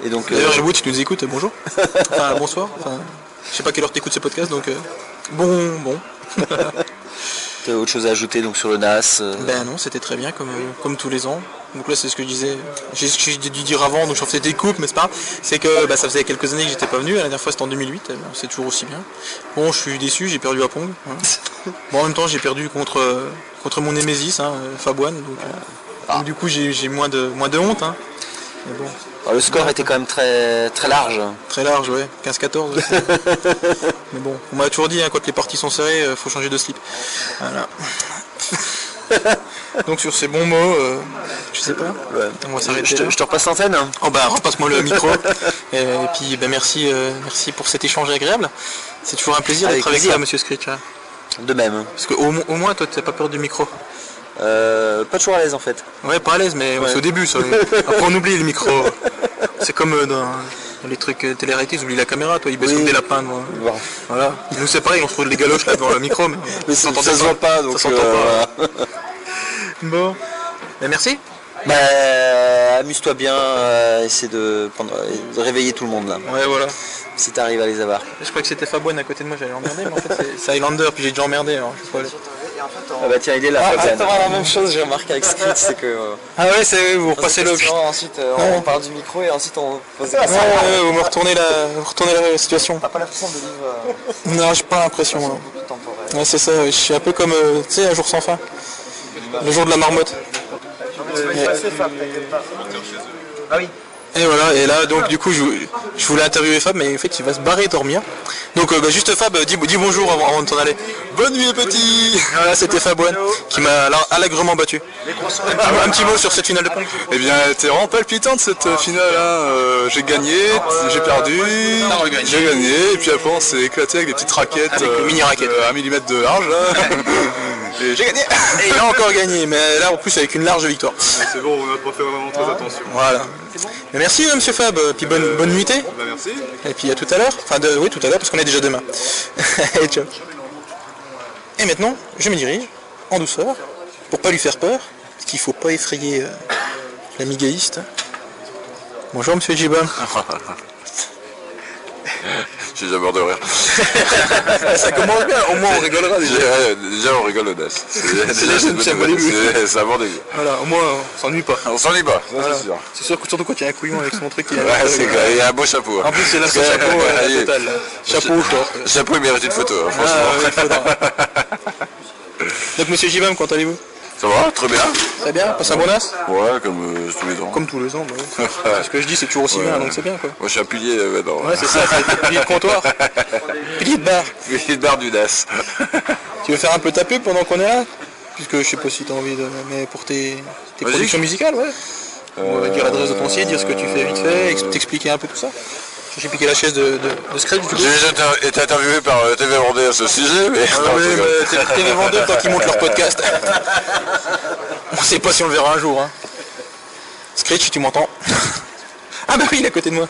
Et donc, euh, D'ailleurs, Elwood, tu nous écoutes, bonjour. Enfin, bonsoir. Enfin, je sais pas quelle heure t'écoutes ce podcast, donc. euh, Bon, bon. t'as autre chose à ajouter donc sur le NAS euh, Ben non, c'était très bien comme, euh, comme tous les ans. Donc là, c'est ce que je disais. J'ai ce que j'ai dû dire avant, donc je faisais des coupes, mais c'est pas grave. C'est que bah, ça faisait quelques années que j'étais pas venu. La dernière fois, c'était en 2008. Eh bien, C'est toujours aussi bien. Bon, je suis déçu, j'ai perdu à Pong. hein. Bon, en même temps, j'ai perdu contre, euh, contre mon Némésis, hein, euh, Fab One. Donc, euh, donc du coup, j'ai j'ai moins de, moins de honte. hein. Mais bon, alors, Le score était quand même très, très large. très large, ouais. 15-14. aussi. mais bon, on m'a toujours dit, hein, quand les parties sont serrées, euh, faut changer de slip. Voilà. donc sur ces bons mots, euh, je sais pas. On va s'arrêter Je te, là. je te repasse l'antenne hein Oh bah repasse-moi le micro. et, puis bah, merci, euh, merci pour cet échange agréable. C'est toujours un plaisir Avec d'être avec plaisir. toi, Monsieur Scritch. hein. De même. Parce que au, mo- au moins toi, t'as pas peur du micro. Euh, pas toujours à l'aise en fait. Ouais, pas à l'aise, mais c'est au début ça. Après on oublie le micro. C'est comme euh, dans dans les trucs euh, télé-réalité, ils oublient la caméra, toi, ils baissent Oui. comme des lapins. devant- Bon. Voilà. Nous c'est pareil, on se trouve les galoches là devant le micro, mais, Mais ça, ça s'entendait ça se voit pas, donc. Ça s'entend euh, pas. Bon. Bah, merci. Bah, amuse-toi bien, euh, essaie de, prendre- de réveiller tout le monde là, Ouais, voilà. si t'arrives à les avoir. Je crois que c'était Fabouane à côté de moi, j'allais l'emmerder, mais en fait c'est- c'est Highlander, puis j'ai déjà emmerdé. alors je sais pas. Ah bah tiens, il est là. Exactement la même chose, j'ai remarqué avec Scritch, c'est que. euh, Ah ouais, c'est vous repassez le. parce que sinon, Ensuite, euh, on part du micro et ensuite on pose des Ouais, questions. ouais, vous me retournez la, vous retournez la situation. T'as pas l'impression de vivre euh, Non, j'ai pas l'impression. hein. beaucoup de temporaire. Ouais, c'est ça, ouais, je suis un peu comme, euh, tu sais, un jour sans fin. Le jour de la marmotte. Ah Et voilà, et là, donc du coup, je, je voulais interviewer Fab, mais en fait, il va se barrer et dormir. Donc, euh, bah, juste Fab, dis, dis bonjour avant, avant de t'en aller. Bonne nuit, les petits Voilà, c'était Fab One qui m'a alors, allègrement battu. Un, un petit mot sur cette finale de pompe. Eh bien, elle était vraiment palpitante cette euh, finale. hein. Euh, j'ai gagné, j'ai perdu, T'as regagné. j'ai gagné, et puis après on s'est éclaté avec des petites raquettes, Avec des mini-raquettes. de 1 mm de large. là. et j'ai gagné. Et il a encore gagné, mais là, en plus, avec une large victoire. C'est bon, on n'a pas fait vraiment très attention. Voilà. Mais merci, euh, monsieur Fab, euh, puis bonne, bonne nuitée. Bah, merci. Et puis à tout à l'heure. Enfin, de- oui, tout à l'heure, parce qu'on est déjà demain. et, ciao. Et maintenant, je me dirige en douceur, pour pas lui faire peur, parce qu'il faut pas effrayer euh, l'ami gaïste. Bonjour, monsieur Jiba. J'ai déjà mort de rire. Ça commence bien, au moins on rigolera déjà. Déjà, euh, déjà, on rigole audace. C'est déjà une bonne nouvelle. C'est- C'est abordé. Voilà, au moins on s'ennuie pas. On s'en est pas, ça c'est sûr. C'est sûr que surtout quand il y a un couillon avec son truc, il y a- Ouais, c'est clair. Il y a un beau chapeau. hein. En plus, c'est là son Ouais, chapeau ouais, euh, il est- total. là. Chapeau au corps. Chapeau, il mérite une photo, hein, franchement. Ah, ouais, il faudra. Donc, monsieur Jibam, quand allez-vous Ça va, très bien. Ça va bien Passe un bon as Ouais, comme euh, tous les ans. Comme tous les ans, bah ouais. Ce que je dis, c'est toujours aussi Ouais. bien, donc c'est bien quoi. Moi, je suis un pilier euh, maintenant. Ouais, c'est ça, c'est pilier de comptoir. Pilier de bar. Pilier de barre du DAS. Tu veux faire un peu ta pub pendant qu'on est là Puisque je sais pas si t'as envie de. Mais pour tes, tes Vas-y. Euh, productions musicales, ouais. On va dire l'adresse de ton site, dire ce que tu fais vite fait, ex- t'expliquer un peu tout ça. J'ai piqué la chaise de, de, de Scred, du coup. J'ai déjà inter- été interviewé par euh, TV Vendée à ce sujet, mais. Ah Non, je oui, rigole. mais t'es t'es les vendeurs tant qu'ils montent leur podcast. on sait pas si on le verra un jour. Hein. Scritch, tu m'entends Ah bah oui, il est à côté de moi.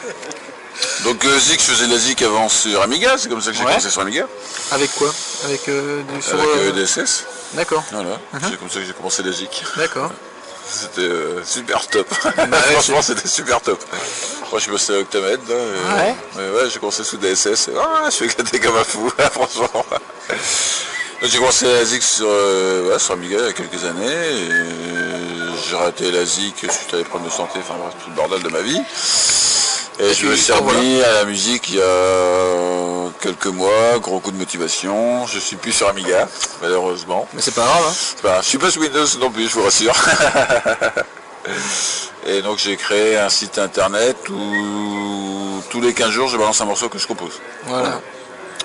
Donc, euh, Zik, je faisais de la Zik avant sur Amiga, c'est comme ça que j'ai Ouais. commencé sur Amiga, Avec quoi Avec euh, du sur, avec euh, Uh-huh. euh, DSS. D'accord, Voilà, c'est comme ça que j'ai commencé la Zik. d'accord. C'était euh, super top. ouais, Franchement, c'était super top. Moi, je suis passé à Octamed. Là, et- Ah Ouais. mais ouais, j'ai commencé sous DSS. Et, ah, je suis éclaté comme un fou, là, franchement. Donc, J'ai commencé la ZIC sur, euh, ouais, sur Amiga il y a quelques années. et J'ai raté la ZIC suite à des problèmes de santé, enfin bref, tout le bordel de ma vie. Et je me suis remis à la musique il y a quelques mois, gros coup de motivation. Je suis plus sur Amiga, malheureusement. Mais c'est pas grave. Hein. Bah, je suis pas sous Windows non plus, je vous rassure. Et donc j'ai créé un site internet où tous les 15 jours je balance un morceau que je compose. Voilà.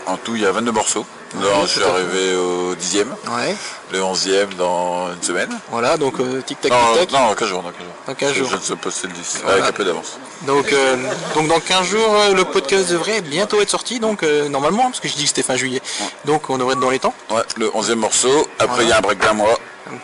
En tout il y a 22 morceaux. Ah Là, je suis arrivé au 10e, Ouais. le 11e dans une semaine. Voilà, donc euh, tic tac Non, tic tac. non, 15 jours, dans 15 jours. Dans 15 jours. Je ne sais pas si c'est le 10, Voilà. avec un peu d'avance. Donc, euh, donc dans 15 jours, euh, le podcast devrait bientôt être sorti, donc euh, normalement, parce que je dis que c'était fin juillet. Donc on devrait être dans les temps, Ouais, le 11e morceau, après il y a un break d'un mois.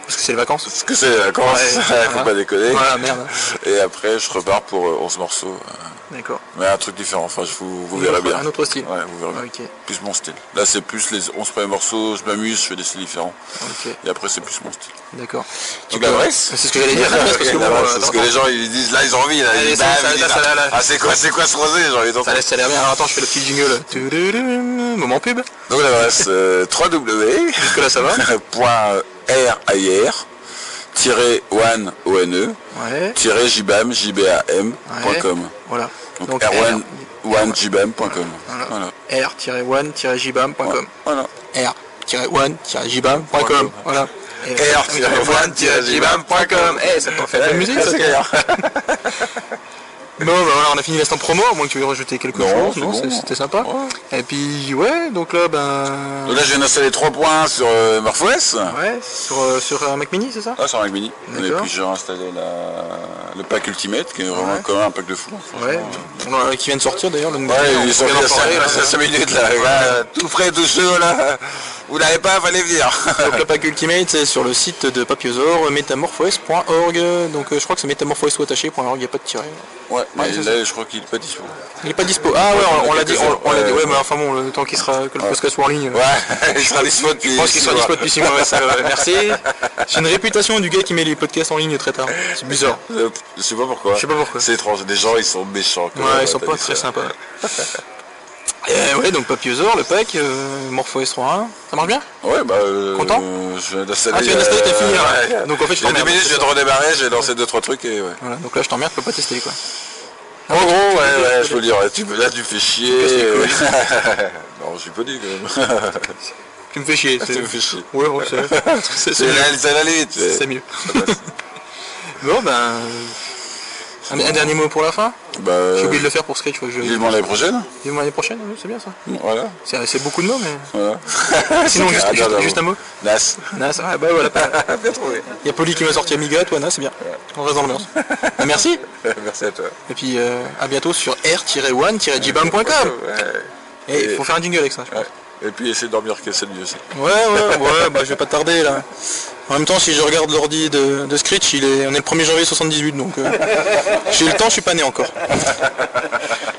parce que c'est les vacances. Ce que c'est les vacances, Ouais, faut voilà. pas déconner. Voilà, merde. Et après je repars pour euh, 11 morceaux. euh, D'accord. Mais un truc différent, enfin je vous, vous verrez bien. Un autre style. Ouais, vous verrez bien. Ok. Plus mon style. Là c'est plus les 11 premiers morceaux, je m'amuse, je fais des styles différents. Ok, Et après c'est plus mon style. d'accord. Donc peux- l'adresse C'est ce que j'allais dire, l'adresse, parce que La bon, euh, Bresse, parce attends, que les gens ils disent là ils ont envie, là, Allez, ils disent, ça, bah, ça, ils disent, ça, ça, là, là. ah c'est quoi, c'est quoi ce rosé, j'ai envie d'entendre. Ça, laisse- ça a l'air bien. Alors, attends, je fais le petit jingle. Tudurum, Moment pub. Donc l'adresse euh, www. là, ça va Point R-I-R, tiré one o n e Ouais. tiré jbam j-b-a-m ouais. point com. Voilà. Donc r one jbam.com. Voilà. Voilà. R-1-jbam.com. Voilà. R-1-jbam.com. Voilà. r-one-jbam.com. Eh, ça t'en fait de la musique, ça. Bon, bah voilà, on a fini l'instant promo, à moins que tu veuilles rajouter quelque Non, chose. c'est Non, bon. c'est- c'était sympa. Ouais. Et puis, ouais, donc là, ben. Donc là, je viens d'installer 3 points sur euh, MorphOS. Ouais, sur, euh, sur un Mac mini, c'est ça Ah, sur Mac Mini. Et D'accord. puis j'ai installé la... le pack Ultimate, qui est vraiment Ouais. quand même un pack de fou. Ouais. On a- Qui vient de sortir d'ailleurs, le Ouais, il est on sorti vient d'en à 5, parler, là. minutes là, Voilà, tout frais, tout chaud là. Vous l'avez pas, fallait venir. Donc le pack Ultimate, c'est sur le site de Papiosaur, metamorphos.org. Donc euh, je crois que c'est metamorphos.org, il n'y a pas de tiret. Ouais, mais c'est là je crois qu'il est pas dispo. Il n'est pas dispo. Ah ouais, on, on l'a dit, on, on l'a dit. Ouais, Ouais. mais enfin bon, le temps qu'il sera, que le podcast soit en ligne. euh. Ouais, il sera dispo depuis. Je pense qu'il six sera mois. dispo depuis 6 mois, ouais, ça, ouais, merci. J'ai une réputation du gars qui met les podcasts en ligne très tard. C'est bizarre. Euh, Je sais pas pourquoi. Je sais pas pourquoi. C'est étrange, des gens ils sont méchants. quand Ouais, même, ils sont euh, t'as pas dit très ça. sympas. Et ouais, donc Papiosaur, le pack, euh, Morpho S31, ça marche bien Ouais, bah. euh, Content Je viens d'installer. euh, Ah, tu viens d'installer, t'as fini, ouais. ouais. Donc, en fait, je Il y a deux t'emmerde. minutes, je viens de redémarrer, j'ai lancé 2-3 trucs et ouais. Voilà, donc là je t'emmerde, je peux pas tester quoi. En gros, ouais, ouais, je peux dire, ouais, tu, là tu fais chier. euh, non, je suis poli quand même. Bah, Tu me fais chier. Ah, tu me fais chier. Ouais, ouais, c'est- c'est C'est c'est- la, c'est la limite. c'est mais- mieux. Bon, ben. Un, un dernier mot pour la fin Bah, J'ai oublié de le faire pour Scratch. ouais, Je... vivement l'année prochaine. Vivement l'année prochaine, oui, c'est bien ça. Voilà. C'est c'est beaucoup de mots, mais. voilà. Sinon, juste, Ah, juste- bien, juste un mot. Nas. Nas, ouais, bah voilà. bien trouvé. Il y a Polly qui m'a sorti Amiga, toi, Nas, c'est bien. On reste dans l'ambiance. Bah, merci. Merci à toi. Et puis, euh, à bientôt sur r-one-jbam.com. Et il faut faire un jingle avec ça, je pense. Et puis essayer de dormir, que c'est le mieux. Ouais, ouais, ouais, bah je vais pas tarder là. En même temps, si je regarde l'ordi de, de Screech, il est, on est le 1er janvier 78, donc euh, j'ai eu le temps, je suis pas né encore.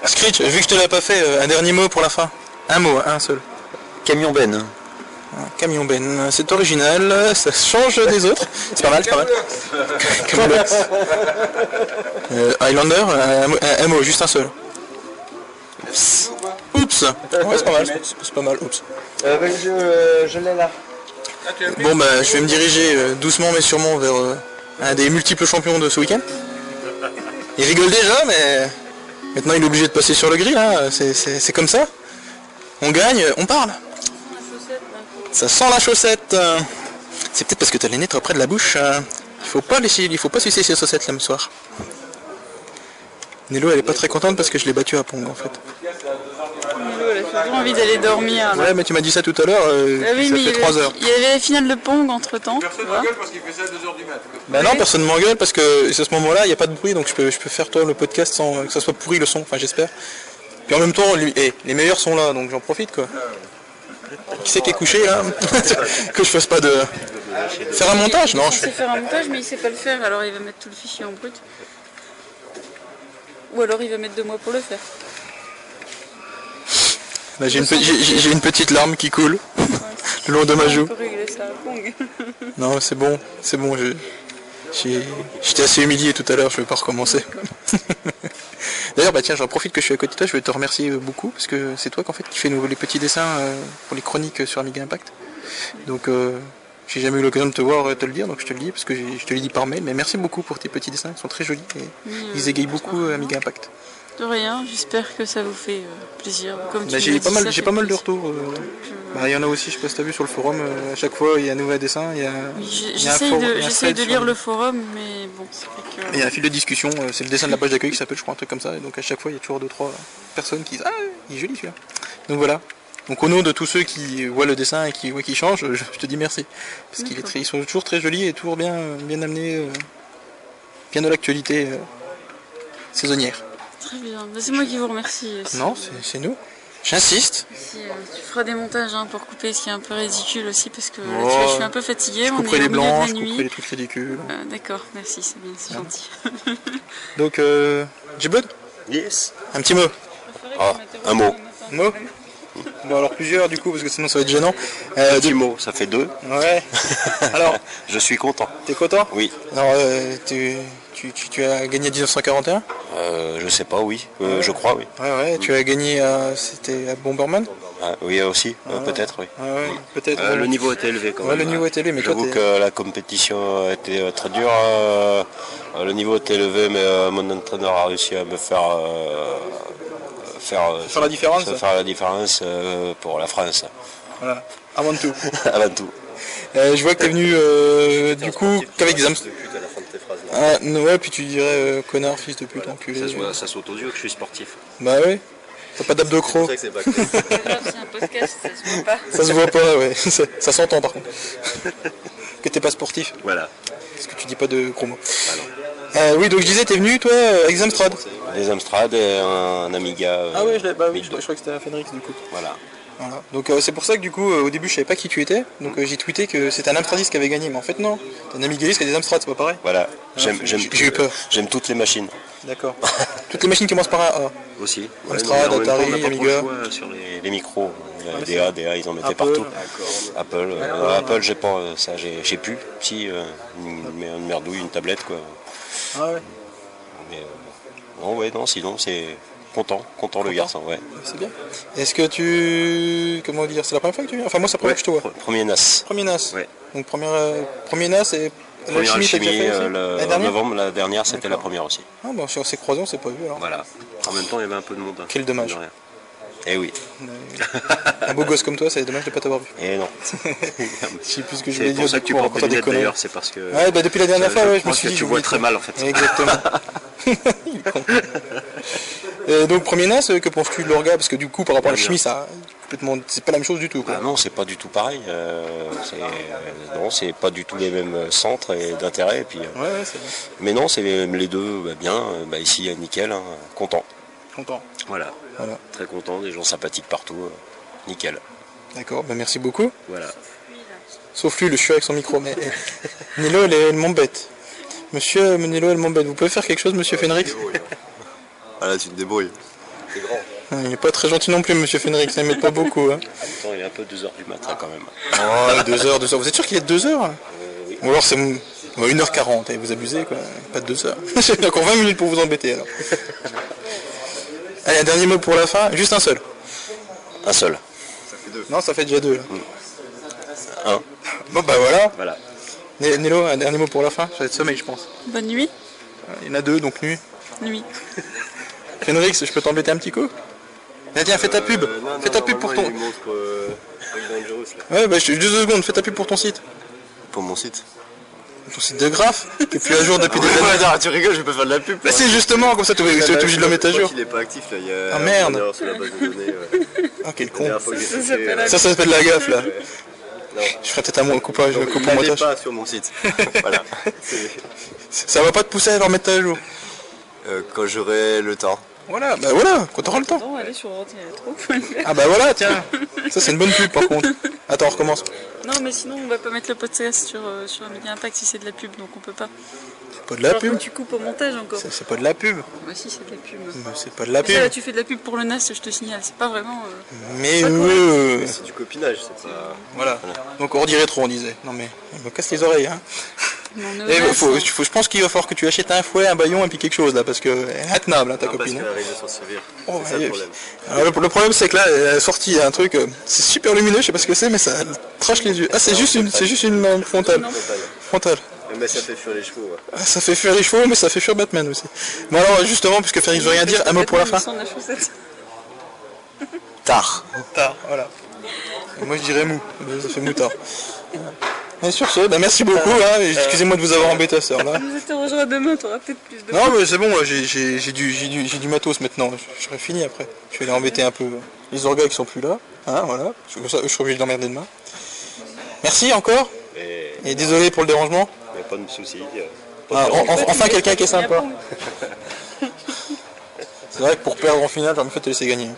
Screech, vu que je te l'ai pas fait, euh, un dernier mot pour la fin. Un mot, un seul. Camion Ben. Camion Ben, c'est original, ça change des autres. C'est pas mal, c'est pas mal. Camelox. Euh, Highlander, un, mot- un- un mot, juste un seul. Oups. Oups. Ouais, c'est pas mal, c'est c'est pas mal, oups. Euh, bah, Bon bah je vais me diriger euh, doucement mais sûrement vers euh, un des multiples champions de ce week-end. Il rigole déjà mais maintenant il est obligé de passer sur le grill, hein. c'est, c'est- c'est comme ça. On gagne, euh, on parle. Ça sent la chaussette. euh. C'est peut-être parce que t'as les nez trop près de la bouche. euh. Il faut pas laisser, il faut pas sucer ses chaussettes là ce soir. Nelo elle est pas très contente parce que je l'ai battue à Pong en fait. J'ai toujours envie d'aller dormir. là. Ouais mais tu m'as dit ça tout à l'heure, euh, Ah oui, ça mais il y, fait avait, 3 heures. il y avait la finale de Pong entre temps. Bah non, personne ne m'engueule parce que c'est à ce moment-là, il n'y a pas de bruit, donc je peux, je peux faire toi le podcast sans que ça soit pourri le son, enfin j'espère. Puis en même temps, lui, eh, les meilleurs sont là, donc j'en profite quoi. Qui c'est qui est couché là Que je fasse pas de... Faire un montage Non, je Il sait faire un montage, mais il sait pas le faire, alors il va mettre tout le fichier en brut. Ou alors il va mettre deux mois pour le faire. Là, j'ai une, pe- j'ai- j'ai- j'ai une petite larme qui coule le long de ma On joue. peut régler ça à Pong. Non, c'est bon, c'est bon, je- j'ai- j'étais assez humilié tout à l'heure, je vais pas recommencer. D'ailleurs, bah tiens, j'en profite que je suis à côté de toi, je vais te remercier euh, beaucoup, parce que c'est toi qu'en fait qui fais nos- les petits dessins euh, pour les chroniques sur Amiga Impact. Donc, euh, j'ai jamais eu l'occasion de te voir euh, te le dire, donc je te le dis, parce que j'ai- je te l'ai dit par mail, mais merci beaucoup pour tes petits dessins, ils sont très jolis Mmh, et ils égayent beaucoup euh, Amiga Impact. De rien, j'espère que ça vous fait euh, plaisir. Comme tu Bah, me j'ai l'as pas dit, mal, ça j'ai fait pas mal de plaisir. retours. euh. Bah, il y en a aussi, je sais pas si t'as vu sur le forum, euh, à chaque fois il y a un nouvel dessin, il y a. Oui, j'ai- il y a un J'essaye forum- de, il y a un j'essaye thread de sur lire le- le forum, mais bon, c'est vrai Et Il y a un fil de discussion, euh, c'est le dessin de la page d'accueil qui s'appelle, je crois, un truc comme ça. Et donc à chaque fois, il y a toujours deux, trois personnes qui disent Ah, il est joli celui-là. Donc voilà. Donc au nom de tous ceux qui voient le dessin et qui, voient qui changent, je, je te dis merci. Parce qu'ils D'accord. sont toujours très jolis et toujours bien, euh, bien amenés, euh, bien de l'actualité euh, saisonnière. que très bien. Mais C'est moi qui vous remercie. Si- Non, c'est c'est nous. J'insiste. si, euh, tu feras des montages hein, pour couper ce qui est un peu ridicule aussi, parce que là, Oh, Euh, tu vois, je suis un peu fatiguée. Je on couperai est les au milieu de blancs, la je couperai nuit. les trucs ridicules. Euh, D'accord, merci, c'est bien, c'est gentil. Donc, euh, J-Bud, Yes. Ah, un petit mot. un mot. Un mot Bon, alors plusieurs du coup, parce que sinon ça va être gênant. Euh, Petit mot, ça fait deux. Ouais. Alors, Je suis content. T'es content Oui. Alors, euh, tu, tu, tu- tu as gagné à 1941 Euh, je sais pas, oui. Euh, je crois, oui. Ouais, ouais. Tu as gagné à, c'était à Bomberman Ah, oui, aussi, euh, peut-être, oui. Ouais, ouais, peut-être. Euh, le niveau était élevé quand Ouais, même. le niveau était élevé, mais toi, J'avoue t'es- que la compétition était euh, très dure. euh, euh, le niveau était élevé, mais euh, mon entraîneur a réussi à me faire. euh, faire, euh, Faire la différence. Faire la différence euh, pour la France, Voilà. Avant de tout. avant tout. Euh, je vois que t'es venu, euh, du coup, qu'avec des âmes. à la fin de tes phrases. Ah, non, ouais, puis tu dirais euh, connard, fils de pute, enculé. ça saute aux yeux que je suis sportif. Bah ouais. T'as pas d'abdos crocs. c'est pas C'est grave, c'est un podcast, ça se voit pas. Ça se voit pas, ouais. ça ça s'entend par contre. que t'es pas sportif. Voilà. Parce que tu dis pas de gros mots. Euh, oui, donc je disais, t'es venu, toi, euh, avec Zamstrad. Des Amstrad et un, un Amiga. euh, Ah ouais, je l'ai- bah oui, je, 1002. je crois que c'était à Fenrix du coup. Voilà. Voilà. Donc euh, c'est pour ça que du coup euh, au début je savais pas qui tu étais, donc euh, j'ai tweeté que c'était un Amstradiste qui avait gagné, mais en fait non, t'es un Amigaliste qui a des Amstrad, c'est pas pareil. Voilà. J'aime, j'ai- j'aime, Ah, j'ai eu peur. J'aime toutes les machines. D'accord. Toutes les machines commencent par un A. Aussi. Amstrad, mais en même temps, Atari, on n'a pas trop le Amiga. choix sur les, les micros. des A, des A, ils en mettaient Apple. partout. Apple, euh, euh, Apple, j'ai pas euh, ça, j'ai, j'ai plus. Si, euh, une, une merdouille, une tablette, quoi. Ah ouais, Mais, euh, non, ouais, non, sinon, c'est content, content le garçon, ouais. c'est bien. Est-ce que tu. Comment dire C'est la première fois que tu viens Enfin moi c'est la première fois que je te vois. Pre- Premier NAS. Premier NAS. Ouais. Donc premier, euh, premier NAS et Première l'alchimie t'as déjà alchimie, fait aussi euh, le- La en dernière novembre, la dernière, c'était la première aussi. Ah bah on s'est croisés, on s'est pas vu alors. Voilà. En même temps, il y avait un peu de monde. Quel dommage. Mine de rien. Eh oui. Un beau gosse comme toi, c'est dommage de pas t'avoir vu. Eh non. Je sais plus ce que je C'est voulais pour dire. ça du que tu coup, on portes raconte des des lunettes, conneries. d'ailleurs, c'est parce que- Ouais, bah depuis la dernière Je- fois, je ouais, je me pense suis que dit. tu je vois vais très dire. mal, en fait. Exactement. Et donc, premier nas, euh, que penses-tu de l'orga Parce que du coup, par rapport à la Bien. chimie, ça, complètement, c'est pas la même chose du tout. Quoi. Ah non, c'est pas du tout pareil. euh, c'est- euh, non, c'est pas du tout les mêmes centres et d'intérêt. et puis, euh, Ouais, ouais, c'est bon. mais non, c'est les deux bah, bien. euh, Bah, ici, euh, nickel, hein, content. Content. Voilà. Voilà. Très content, des gens sympathiques partout. euh, Nickel. D'accord, bah merci beaucoup. Voilà. Sauf lui, le chieur avec son micro. Mais eh, Nilo, elle, elle m'embête. Monsieur euh, Nilo, elle m'embête. Vous pouvez faire quelque chose, monsieur Fenrix Ah là, tu te débrouilles. C'est grand. Ah, Il n'est pas très gentil non plus, monsieur Fenrix. Ça m'aide pas beaucoup. hein. Attends, il est un peu 2h du matin quand même. Oh, deux heures, deux heures. Vous êtes sûr qu'il est de deux heures hein Ou alors c'est 1h40, vous abusez quoi, pas de deux heures. J'ai encore 20 minutes pour vous embêter alors. Allez, un dernier mot pour la fin, juste un seul. Un seul. Non, ça fait déjà deux là. Un. Bon bah voilà. Voilà. Né- Nélo, un dernier mot pour la fin, ça va être sommeil je pense. Bonne nuit. Il y en a deux donc nuit. Nuit. Fenrix, je peux t'embêter un petit coup Tiens, Tiens, fais ta pub, Euh, fais ta pub pour ton... Ouais, bah je- deux secondes, fais ta pub pour ton site. Pour mon site. Ton site de graphe, qui est plus à jour depuis des années. attends, tu rigoles, je vais pas faire de la pub. Bah si, justement, comme ça, tu es obligé de le mettre à jour. Il est pas actif là, il y a Ah merde sur Euh, la base de données. Ah quel con Ça s'appelle euh, la- Ça, ça s'appelle la gaffe là. Je ferai peut-être un mot- coupage, je coupe en montage. sur mon site. voilà. Ça va pas te pousser à leur mettre à jour. Euh, quand j'aurai le temps. Voilà, bah voilà, quand t'auras le temps. Non, elle est sur l'ordinateur. Faut le faire. Ah bah voilà, tiens. Ça c'est une bonne pub par contre. Attends, on recommence. Non, mais sinon, on va pas mettre le podcast sur, euh, sur Amélie Impact si c'est de la pub, donc on peut pas. C'est pas de la Alors, pub. tu coupes au montage encore. Ça, C'est pas de la pub. Moi aussi, c'est de la pub. Mais C'est pas de la Mais ça, là, pub. tu fais de la pub pour le NAS, je te signale. C'est pas vraiment. euh, Mais euh... C'est du copinage, c'est pas. Voilà. Donc on dirait trop, on disait. Non mais, il me casse les oreilles. Hein. non, no Et NAS, Eh, faut, hein. faut- je pense qu'il va falloir que tu achètes un fouet, un baillon et puis quelque chose là, parce que elle est intenable hein, ta copine. hein. arrive à s'en servir. Oh, ouais, oui. Alors, le, le problème c'est que là, elle a sorti un truc, euh, c'est super lumineux, je sais pas ce que c'est, mais ça trache les yeux. Ah, c'est juste une, c'est juste une lampe frontale. Frontale. Mais ça fait fuir les chevaux. Ah, ça fait fuir les chevaux, mais ça fait fuir Batman aussi. Bon alors, justement, puisque Ferrix veut rien dire, un mot pour la fin. Sans la chaussette. Tard. Tard, voilà. Et moi je dirais mou, ça fait moutard. Et sur ce, bah, merci beaucoup, hein, et excusez-moi de vous avoir embêté à ce là. Nous interrogeras demain, t'auras peut-être plus de. Non, mais c'est bon, j'ai j'ai- j'ai du, j'ai du, j'ai du matos maintenant. Je serai fini après. Je vais les embêter un peu. Les orgas qui sont plus là. Hein, voilà. Parce que comme ça, eux, je serai obligé de l'emmerder demain. Merci encore. Et Et désolé pour le dérangement. y a pas de soucis. euh. Ah, en- en- enfin, quelqu'un qui est sympa. C'est vrai que pour perdre en finale, j'aurais mieux fait de laisser gagner.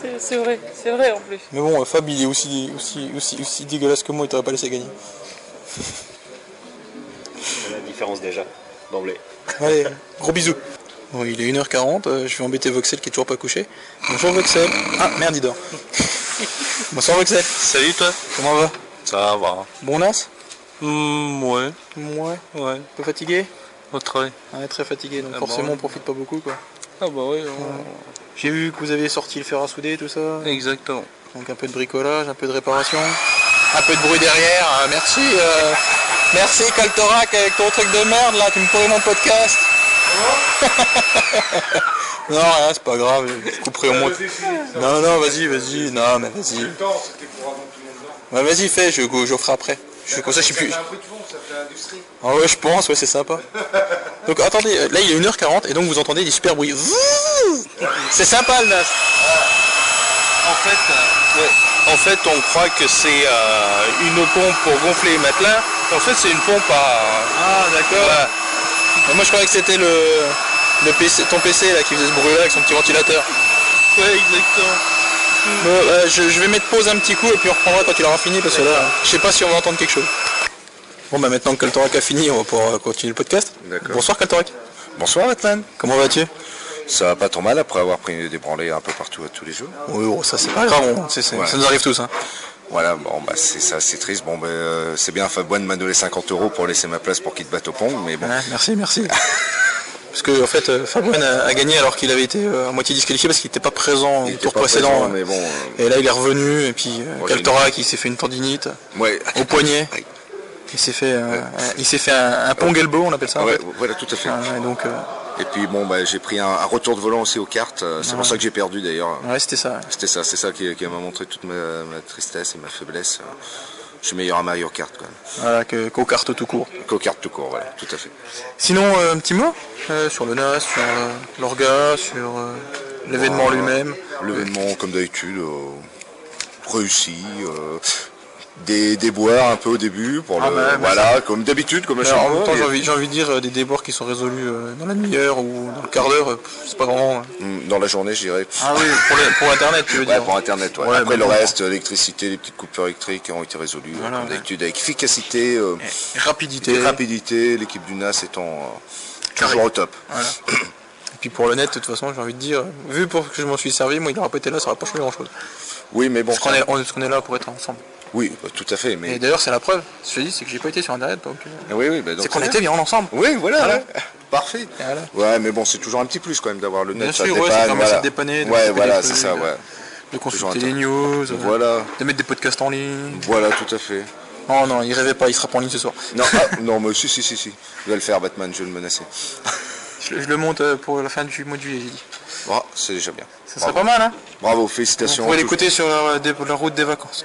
C'est c'est vrai, c'est vrai en plus. Mais bon, euh, Fab, il est aussi, aussi, aussi, aussi dégueulasse que moi, il t'aurait pas laissé gagner. La différence déjà, d'emblée. Allez, gros bisous. Bon, il est 1h40, euh, je vais embêter Voxel qui est toujours pas couché. Bonjour Voxel. Ah, merde, il dort. Bonsoir Voxel. Salut toi Comment va Ça va. Bon as Mm. Mm, ouais, Ouais. ouais. Un peu fatigué Au travail. Ouais, très fatigué, donc Ah forcément bon on profite pas beaucoup quoi. Ah bah oui, J'ai vu que vous avez sorti le fer à souder, tout ça. exactement. Donc un peu de bricolage, un peu de réparation. Un peu de bruit derrière, euh, merci. euh, merci Coltorac avec ton truc de merde là, tu me pourris mon podcast. non, rien, c'est pas grave, je couperai Ah, au moins. Non, non, vas-y, vas-y, non, mais vas-y. Ouais, vas-y, fais, je, je ferai après. Je, comme ça, je suis plus. Ah ouais, je pense, ouais, c'est sympa. Donc attendez, euh, là il est 1h40 et donc vous entendez des super bruits. Vouh C'est sympa le NAS. En fait, euh, ouais. en fait, on croit que c'est euh, une pompe pour gonfler les matelas. En fait, c'est une pompe à. Ah d'accord. Voilà. Mais moi je croyais que c'était le, le PC, ton PC là qui faisait ce bruit là avec son petit ventilateur. Ouais, exactement. Bon, euh, je, je vais mettre pause un petit coup et puis on reprendra quand il aura fini parce que là je sais pas si on va entendre quelque chose. Bon bah maintenant que Kaltorak a fini on va pouvoir euh, continuer le podcast. D'accord. Bonsoir Kaltorak. Bonsoir Batman. Comment vas-tu Ça va pas trop mal après avoir pris des branlées un peu partout tous les jours. Oui oh, ça c'est pas grave, on- c'est- c'est- Ouais. ça nous arrive tous. Hein. Voilà, bon bah c'est ça, c'est triste. Bon bah euh, c'est bien Fabouane m'a donné 50 euros pour laisser ma place pour qu'il te batte au pont, mais bon. Ouais, merci, merci. Parce que en fait, euh, Fabouane a, a gagné alors qu'il avait été euh, à moitié disqualifié parce qu'il n'était pas présent Il au était tour pas précédent. présent, ouais. mais bon. euh, Et là, il est revenu et puis Bon, j'ai Kaltora qui s'est fait une tendinite ouais. au poignet. Aïe. Il s'est fait, euh, un- il s'est fait un, un pong elbow, on appelle ça. en Ouais, fait. voilà, tout à fait. Ah, ouais, donc, euh, Et Et puis bon, bah, j'ai pris un, un retour de volant aussi aux cartes. euh, C'est Ah pour ouais. ça que j'ai perdu d'ailleurs. Ouais, c'était ça. C'était ça, c'est ça qui, qui m'a montré toute ma, ma tristesse et ma faiblesse. euh. Je suis meilleur à Mario Kart quand même. Voilà, que- qu'aux cartes Euh, tout court. Qu'aux cartes tout court, voilà, tout à fait. Sinon, euh, un petit mot euh, sur le NAS, sur euh, l'orga, sur euh, l'événement Voilà. lui-même. L'événement, comme d'habitude, euh, réussi. euh, des déboires un peu au début pour Ah le- bah, mais voilà ça- comme d'habitude comme à Alors, chaque en même fois, temps, mais- j'ai envie, j'ai envie de dire euh, des déboires qui sont résolus euh, dans la demi-heure ou dans le quart d'heure, euh, pff, c'est pas grand. hein. Mm, Dans la journée, je dirais. Ah oui, pour, les- pour Internet, tu veux Ouais, dire. pour Internet, ouais. Ouais, Après, mais le bon. reste, l'électricité, les petites coupures électriques ont été résolues, euh, Voilà, comme ouais. d'habitude, avec efficacité. euh, rapidité. et rapidité, l'équipe du NAS étant euh, toujours au top. Voilà. Et puis pour le net, de toute façon, j'ai envie de dire, vu pour que je m'en suis servi, moi, il n'aurait pas été là, ça aurait pas changé grand-chose. Oui, mais bon. Parce qu'on est, on, parce qu'on est là pour être ensemble. Oui, bah, tout à fait, mais... Et d'ailleurs, c'est la preuve. Ce que je dis, c'est que j'ai pas été sur Internet. donc, euh, Oui, oui, bah, donc- c'est qu'on était bien ensemble. Ah Oui, voilà. Parfait. Ouais, mais bon, c'est toujours un petit plus quand même d'avoir le Bien net. ça sûr, ouais, dépanne, ça permet voilà. de dépanner, de Ouais, couper voilà, des c'est trucs, ça, de- ouais. de Toujours consulter les intéressant. news, euh, Voilà. de mettre des podcasts en ligne. Voilà, tout à fait. Oh non, il rêvait pas, il sera pas en ligne ce soir. Non, ah, non, mais si, si, si, si. Je vais le faire, Batman, je vais le menacer. Je, je le monte euh, pour la fin du mois de juillet, j'ai dit. Bon, Ah, c'est déjà bien. Ça serait pas mal, hein Bravo, Vous félicitations. pouvez l'écouter sur leur, euh, dé- leur route des vacances.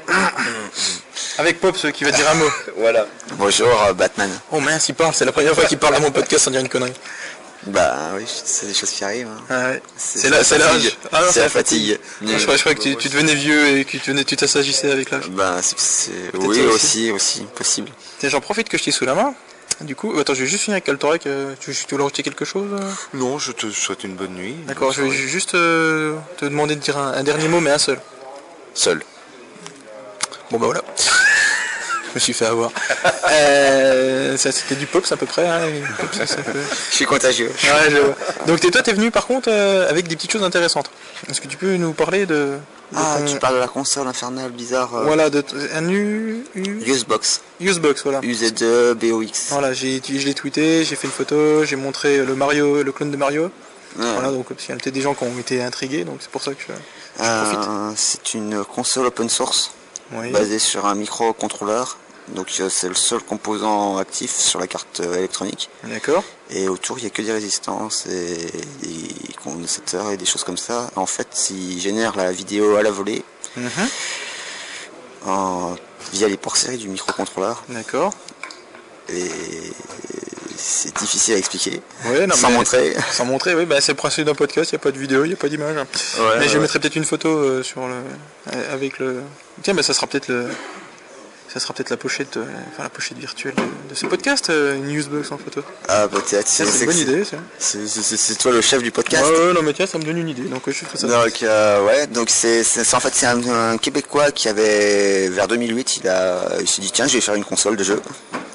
Avec Pop, ceux qui va dire un mot. voilà. Bonjour euh, Batman. Oh mince, il parle, c'est la première fois qu'il parle à mon podcast sans dire une connerie. Bah oui, c'est des choses qui arrivent. hein. Ah ouais. C'est C'est la, la c'est l'âge. fatigue. Ah non, C'est la fatigue. Ah, Je, crois, je crois que tu, tu devenais vieux et que tu venais- tu t'assagissais avec l'âge. Bah c'est- c'est Peut-être oui toi aussi. aussi possible. Tiens, j'en profite que je t'ai sous la main. Du coup, attends, je vais juste finir avec Altorec. euh, Tu, tu voulais rajouter quelque chose euh Non, je te souhaite une bonne nuit. D'accord, je vais ju- juste euh, te demander de dire un, un dernier mot, mais un seul. Seul. Bon bah voilà. je me suis fait avoir. Euh, ça, C'était du pops à peu près. hein, et pops, ça, ça peut- Je suis contagieux. Ouais, je vois. Donc t'es- toi, t'es venu par contre euh, avec des petites choses intéressantes. Est-ce que tu peux nous parler de... de Ah, ton- tu parles de la console infernale bizarre. euh, Voilà, de t- un U... U- Usebox. Usebox, voilà. UZ2, BOX. Voilà, j'ai, tu- je l'ai tweeté, j'ai fait une photo, j'ai montré le Mario, le clone de Mario. Ouais. Voilà, donc parce qu'il y a peut-être des gens qui ont été intrigués, donc c'est pour ça que je... Euh, c'est une console open source Oui. basée sur un microcontrôleur. Donc euh, c'est le seul composant actif sur la carte euh, électronique. D'accord. Et autour, il n'y a que des résistances et des condensateurs et des choses comme ça. En fait, ils génèrent la vidéo à la volée Mhm. en- via les ports série du microcontrôleur. D'accord. Et euh, c'est difficile à expliquer. Ouais, non, sans mais- montrer. Sans montrer, oui, bah, c'est le principe d'un podcast, il n'y a pas de vidéo, il n'y a pas d'image. mais ouais, je ouais. mettrai peut-être une photo euh, sur le... euh, avec le... Tiens, bah, ça sera peut-être le... Ça sera peut-être la pochette, euh, enfin la pochette virtuelle de, de ce podcast, euh, une Newsbox en photo. Ah, bah, tiens, Tiens, c'est une bonne idée, ça. c'est- c'est- c'est- c'est toi le chef du podcast. Ouais, ouais, non, mais tiens, ça me donne une idée, donc euh, je ferai ça. Donc euh, ouais, donc c'est c'est- c'est- en fait c'est un, un québécois qui avait vers 2008, il a il s'est dit tiens, je vais faire une console de jeu.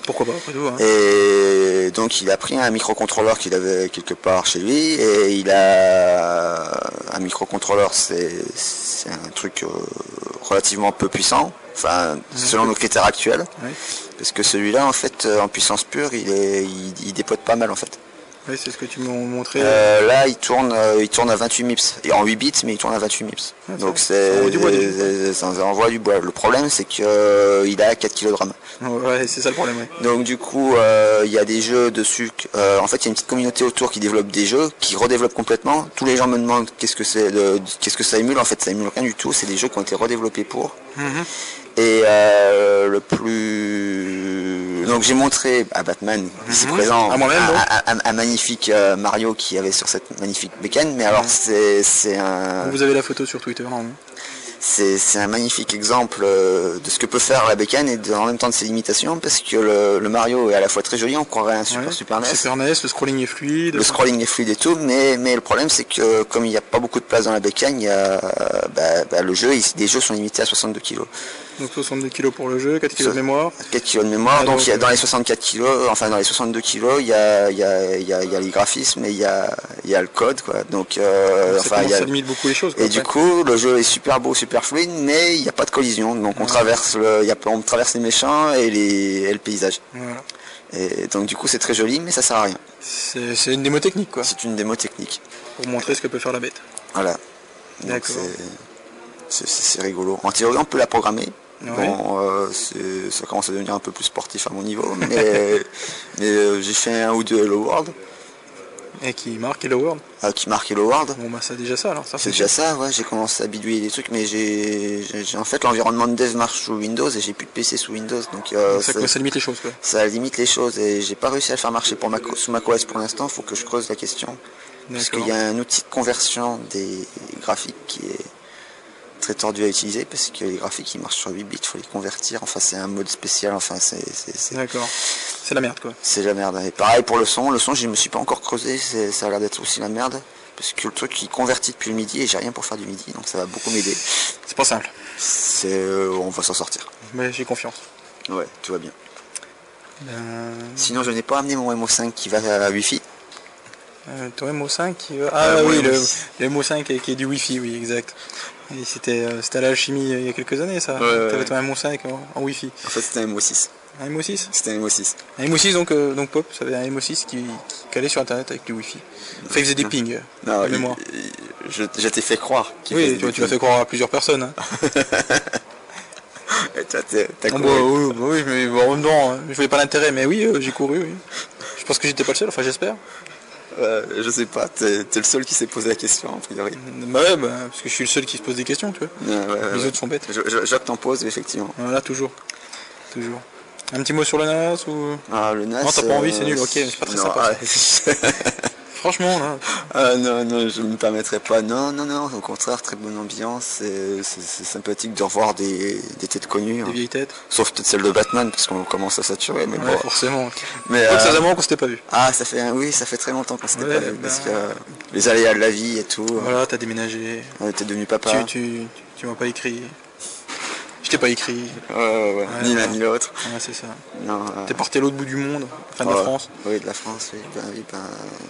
Pourquoi pas, après tout. hein. Et donc il a pris un microcontrôleur qu'il avait quelque part chez lui et il a un microcontrôleur c'est c'est un truc euh, relativement peu puissant, enfin selon nos critères actuels. Oui. Parce que celui-là en fait euh, en puissance pure il est il, il dépote pas mal en fait. Ouais, c'est ce que tu m'as montré. Euh, là, il tourne, euh, il tourne à 28 mips. Et en 8 bits, mais il tourne à 28 mips. Ah, Donc ça- c'est, ça envoie du bois, déjà. c'est- ça envoie du bois. Le problème, c'est que euh, il a 4 kg. euh, Ouais, c'est ça le problème, ouais. Donc du coup, euh, il y a des jeux dessus. que- euh, en fait, il y a une petite communauté autour qui développe des jeux, qui redéveloppe complètement. Tous les gens me demandent qu'est-ce que c'est, de- qu'est-ce que ça émule. En fait, ça émule rien du tout. C'est des jeux qui ont été redéveloppés pour. Et euh, le plus. Donc j'ai montré à Batman, ici Mhm. présent, À moi-même, donc. un- un- un magnifique euh, Mario qui avait sur cette magnifique bécane, mais alors c'est c'est un. Mhm. Vous avez la photo sur Twitter, hein. C'est c'est un magnifique exemple euh, de ce que peut faire la bécane et de- en même temps de ses limitations parce que le, le Mario est à la fois très joli, on croirait un super Ouais. Super NES. Super NES, le scrolling est fluide. Le scrolling est fluide et tout, mais, mais le problème c'est que comme il n'y a pas beaucoup de place dans la bécane, il y a, euh, bah, bah, le jeu, il- les jeux sont limités à 62 kg. Donc 62 kg pour le jeu, 4 kg de mémoire. 4 kg de mémoire, Ah, donc donc, il y a, dans euh, les 64 kg, enfin dans les 62 kg, il y a, il y, a, il y, a, il y a les graphismes et il y a, il y a le code quoi. Donc euh, ça, enfin, commence il y a- Ah, à limite beaucoup les choses. quoi, Et du après. coup, le jeu est super beau, super fluide, mais il n'y a pas de collision. Donc Ah. on traverse le, il y a, on traverse les méchants et, les, et le paysage. Voilà. Et donc du coup, c'est très joli, mais ça sert à rien. C'est c'est une démo technique quoi. C'est une démo technique. Pour montrer ce que peut faire la bête. Voilà. Donc D'accord. c'est- c'est- c'est c'est rigolo. En théorie, on peut la programmer. Ouais. Bon, euh, c'est- ça commence à devenir un peu plus sportif à mon niveau, mais, mais, euh, j'ai fait un ou deux Hello World. Et qui marque Hello World. euh, qui marque Hello World. Bon bah c'est déjà ça alors. Ça C'est déjà ça, ouais, j'ai commencé à bidouiller des trucs, mais j'ai, j'ai- j'ai- en fait l'environnement de dev marche sous Windows et j'ai plus de PC sous Windows, donc euh, ça, ça limite les choses quoi. ça limite les choses et j'ai pas réussi à le faire marcher pour Mac- sous macOS pour l'instant, faut que je creuse la question. Parce D'accord. qu'il y a un outil de conversion des graphiques qui est très tordu à utiliser parce que les graphiques qui marchent sur 8 bits, faut les convertir, enfin c'est un mode spécial, enfin c'est, c'est, c'est- D'accord. C'est la merde quoi. c'est la merde. Et pareil pour le son, le son je me suis pas encore creusé, c'est- ça a l'air d'être aussi la merde. Parce que le truc il convertit depuis le midi et j'ai rien pour faire du midi, donc ça va beaucoup m'aider. C'est pas simple. C'est, euh, on va s'en sortir. Mais j'ai confiance. Ouais, tout va bien. Ben, Sinon je n'ai pas amené mon MO5 qui va à Wi-Fi. Euh, ton MO5 qui va- Ah Euh, oui, ouais, le, oui. le MO5 qui est, qui est du Wi-Fi, oui, exact. Et C'était euh, c'était à l'alchimie euh, il y a quelques années ça. Ouais, T'avais ouais. ton MO5 en, en Wi-Fi. En fait c'était un MO6. Un MO6 C'était un MO6. Un MO6 donc, euh, donc Pop, ça avait un MO6 qui, qui calait sur internet avec du Wi-Fi. Enfin il faisait des pings, Mmh. euh, Non, de il- mémoire. il- je, je t'ai fait croire. qu'il faisait Oui, tu, des tu m'as fait films. croire à plusieurs personnes. hein. Et toi, t'es- Ah, t'as couru. bah, oui, bah oui, mais bon, en même temps, hein, je voyais pas l'intérêt, mais oui, euh, j'ai couru, oui. Je pense que j'étais pas le seul, enfin j'espère. Euh, je sais pas, t'es t'es le seul qui s'est posé la question, a priori. Bah ouais, bah, parce que je suis le seul qui se pose des questions, tu vois. Ouais, ouais, Mm. Les ouais. autres sont bêtes. Je- je- Jacques t'en pose, effectivement. Voilà, toujours. Toujours. Un petit mot sur le NAS ou... Ah, le NAS. Non, t'as pas envie, euh, c'est nul, ok, mais c'est pas très non, sympa. ah, Franchement, là. Ah, non, non, je me permettrai pas. Non, non, non, au contraire, très bonne ambiance. C'est c'est- c'est sympathique de revoir des, des têtes connues. hein. Des vieilles têtes. Sauf peut-être celle de Batman, parce qu'on commence à saturer, mais Ouais, bon. forcément. Mais, Quoique, ça euh, faisait un moment qu'on s'était pas vu. Ah, ça fait, un- oui, ça fait très longtemps qu'on s'était Ouais, pas vu, ben- parce que euh, les aléas de la vie et tout. Voilà, t'as déménagé. euh, T'es devenu papa. Tu, tu, tu m'as pas écrit. Je t'ai pas écrit. Ouais, ouais, ouais. Ni l'un ni l'autre. Ouais, c'est ça. Non, euh, T'es parti à l'autre bout du monde, enfin de la ouais. France. Oh Oui, de la France, oui. Ben, oui, ben,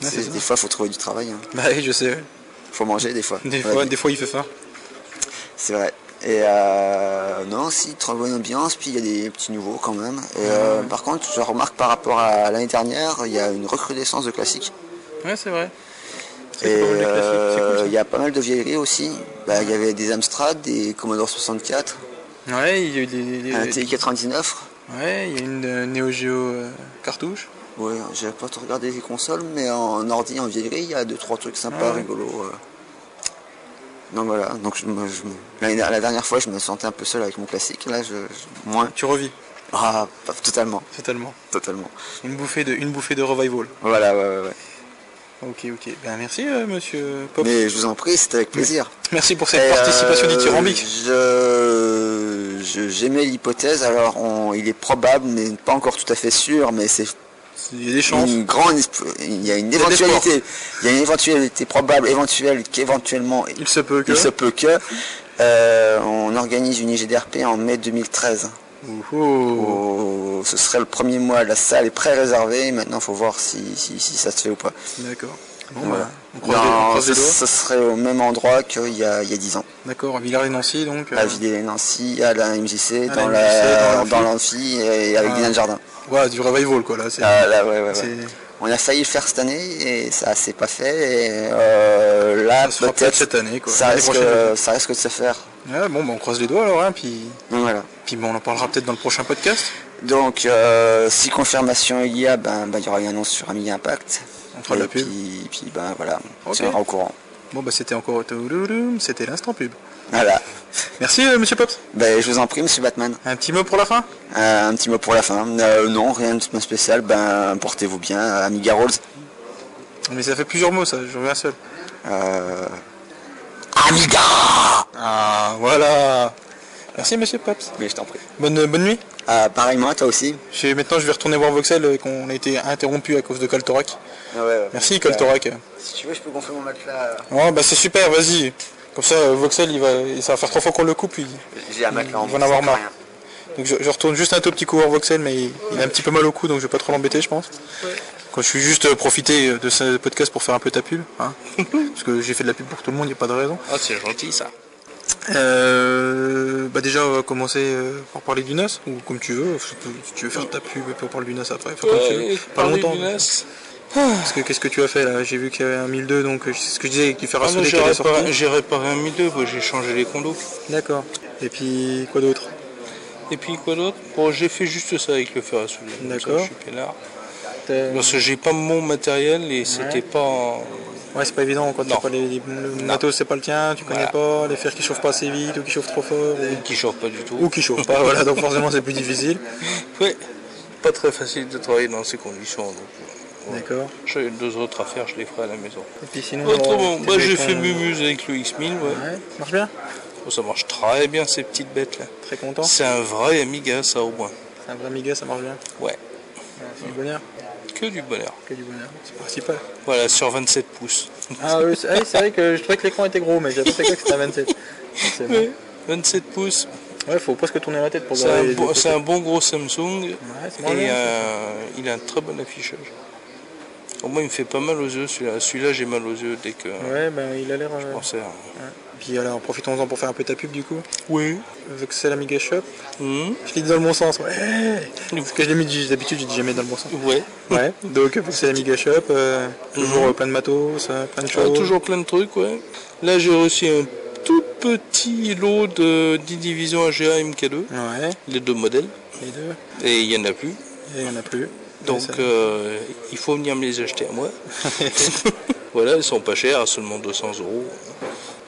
tu sais, c'est ça. des fois, faut trouver du travail. hein. Bah oui, je sais. ouais. Faut manger, des fois. Des, Ouais, fois, des fois, il fait faim. C'est vrai. Et euh, non, si, très bonne ambiance, puis il y a des petits nouveaux quand même. Et, euh, par contre, je remarque par rapport à l'année dernière, il y a une recrudescence de classiques. Ouais, c'est vrai. Et pas mal de classiques, euh, c'est cool, ça. il y a pas mal de vieilleries aussi. Bah, Il y avait des Amstrad, des Commodore 64, Ouais, il y a eu des. des- un TI-99. Euh, Ouais, il y a une euh, Neo Geo euh, cartouche. Ouais, j'ai pas tout regardé les consoles, mais en ordi, en vieillerie, il y a deux, trois trucs sympas, Ouais. rigolos. euh. Donc voilà, donc je me- je me- l'année- la dernière fois je me sentais un peu seul avec mon classique, là je, je- moins. Tu revis Ah, pas- totalement, Totalement. totalement. Une bouffée de, une bouffée de revival. Voilà, ouais, ouais, ouais. Ok, ok. Ben merci, euh, monsieur Pop. Mais je vous en prie, c'était avec plaisir. Merci pour cette Et, participation euh, dithyrambique. je- je- J'aimais l'hypothèse, alors on- il est probable, mais pas encore tout à fait sûr, mais c'est Il y a des chances. une grande, il y a une y a de l'espoir. éventualité, il y a une éventualité probable, éventuelle, qu'éventuellement Il se peut que. il se peut que euh, on organise une IGDRP en mai 2013. Oh, ce serait le premier mois, la salle est pré-réservée, maintenant faut voir si, si, si ça se fait ou pas. D'accord. Bon, Voilà. ben, on croise les- on Non, croise les ce, doigts. ce serait au même endroit qu'il y a, il y a 10 ans. D'accord, Villars-et-Nancy, donc. euh, À Villers-Nancy, à la MJC, À la dans MJC, la dans dans l'amphi. l'amphi et avec Ah. Dylan Jardin. Ouais, du revival, quoi, là. c'est- Ah, là, ouais, ouais, ouais. c'est- On a failli le faire cette année et ça s'est pas fait. Et, euh, là, se fera peut-être peut-être cette année, quoi. Ça L'année risque, prochaine, peut-être. ça risque de se faire. Ouais, bon, ben, on croise les doigts, alors, hein, puis. Voilà. Puis, bon, on en parlera peut-être dans le prochain podcast. Donc, euh, si confirmation il y a, ben, ben, il y aura une annonce sur Amiga Impact. On fera de la Et pub. Puis, puis, ben voilà, on Ok. tiendra au courant. Bon, bah, c'était encore. Toulouloum, C'était l'instant pub. Voilà. Merci, euh, monsieur Pops. Ben, je vous en prie, monsieur Batman. Un petit mot pour la fin Euh, un petit mot pour la fin. Euh, non, rien de spécial. Ben, portez-vous bien, Amiga Rolls. Mais ça fait plusieurs mots, ça, je reviens seul. Euh... Amiga Ah, voilà Merci, monsieur Pops. Mais je t'en prie. Bonne, bonne nuit. Euh, pareillement, toi aussi. Je vais- maintenant, je vais retourner voir Voxel, euh, qu'on a été interrompu à cause de Coltorac. Ah Merci, Coltorac. Si tu veux, je peux gonfler mon matelas. euh. Ouais, bah c'est super, vas-y. Comme ça, euh, Voxel, il va, ça va faire trois fois qu'on le coupe. Il, J'ai un matelas en il va en plus, avoir c'est marre. rien. Donc je, je retourne juste un tout petit coup voir Voxel, mais il, il a un petit peu mal au cou, donc je vais pas trop l'embêter, je pense. Quand je suis juste euh, profiter euh, de ce podcast pour faire un peu ta pub, hein. parce que j'ai fait de la pub pour tout le monde, il n'y a pas de raison. Ah, c'est gentil ça. Euh, bah déjà, on va commencer euh, par parler du NAS, ou comme tu veux, si tu veux- si tu veux faire ta pub et puis on parle du NAS après, enfin, comme tu veux. pas longtemps. Parce que qu'est-ce que tu as fait là J'ai vu qu'il y avait un 1002, donc euh, c'est ce que je disais, qu'il fait Ah, rassurer mais j'ai qu'elle est sortie. réparé, j'ai réparé un 1002, bah, j'ai changé les condos. D'accord. Et puis quoi d'autre Et puis quoi d'autre Bon, j'ai fait juste ça avec le fer à souder. D'accord. Je suis peinard. Parce que j'ai pas mon Euh, matériel et c'était pas. en- Ouais, c'est pas évident quand t'as pas les, les- le matos, c'est pas le tien, tu connais pas, les fers qui chauffent pas assez vite ou qui chauffent trop fort. Ou qui chauffent pas du tout. Ou qui chauffent pas, voilà, donc forcément c'est plus difficile. Oui, pas très facile de travailler dans ces conditions. donc, euh, ouais. D'accord. J'ai deux autres affaires, je les ferai à la maison. Et puis sinon, euh, Autrement, t'es bah, avec j'ai ton- fait Mumuse avec le X1000. Ouais. Ça marche bien Oh, ça marche très bien ces petites bêtes là. Très content. C'est un vrai Amiga ça au moins. C'est un vrai Amiga, ça marche bien. Ouais. C'est du bonheur. Que du bonheur. Que du bonheur. C'est le principal. Voilà, sur 27 pouces. Ah oui, c'est ah oui, c'est vrai que je trouvais que l'écran était gros, mais j'avais pensé que c'était à 27. C'est bon. Ouais, 27 pouces. Ouais, faut presque tourner la tête pour C'est garder un, les bon, deux c'est côtés. un bon gros Samsung c'est moins et bien, euh, il a un très bon affichage. Au moins, il me fait pas mal aux yeux celui-là. Celui-là, j'ai mal aux yeux dès que. Ouais, ben il a l'air. euh, pensais à- ouais. Puis alors, profitons-en pour faire un peu ta pub du coup. Oui. Mmh. Vu que c'est l'Amiga Shop. Je l'ai dit dans le bon sens, ouais. Parce que je l'ai mis j'ai- d'habitude, je dis jamais dans le bon sens. Ouais. Mmh. Ouais. Donc, vu que c'est l'Amiga Shop, euh, toujours euh, plein de matos, euh, plein de Ah, choses. toujours plein de trucs, ouais. Là, j'ai reçu un tout petit lot de 10 divisions AGA MK2. Les deux modèles. Les deux. Et il y en a plus. Et il n'y en a plus. Donc, euh, il faut venir me les acheter à moi. voilà, elles sont pas chères, seulement 200 euros.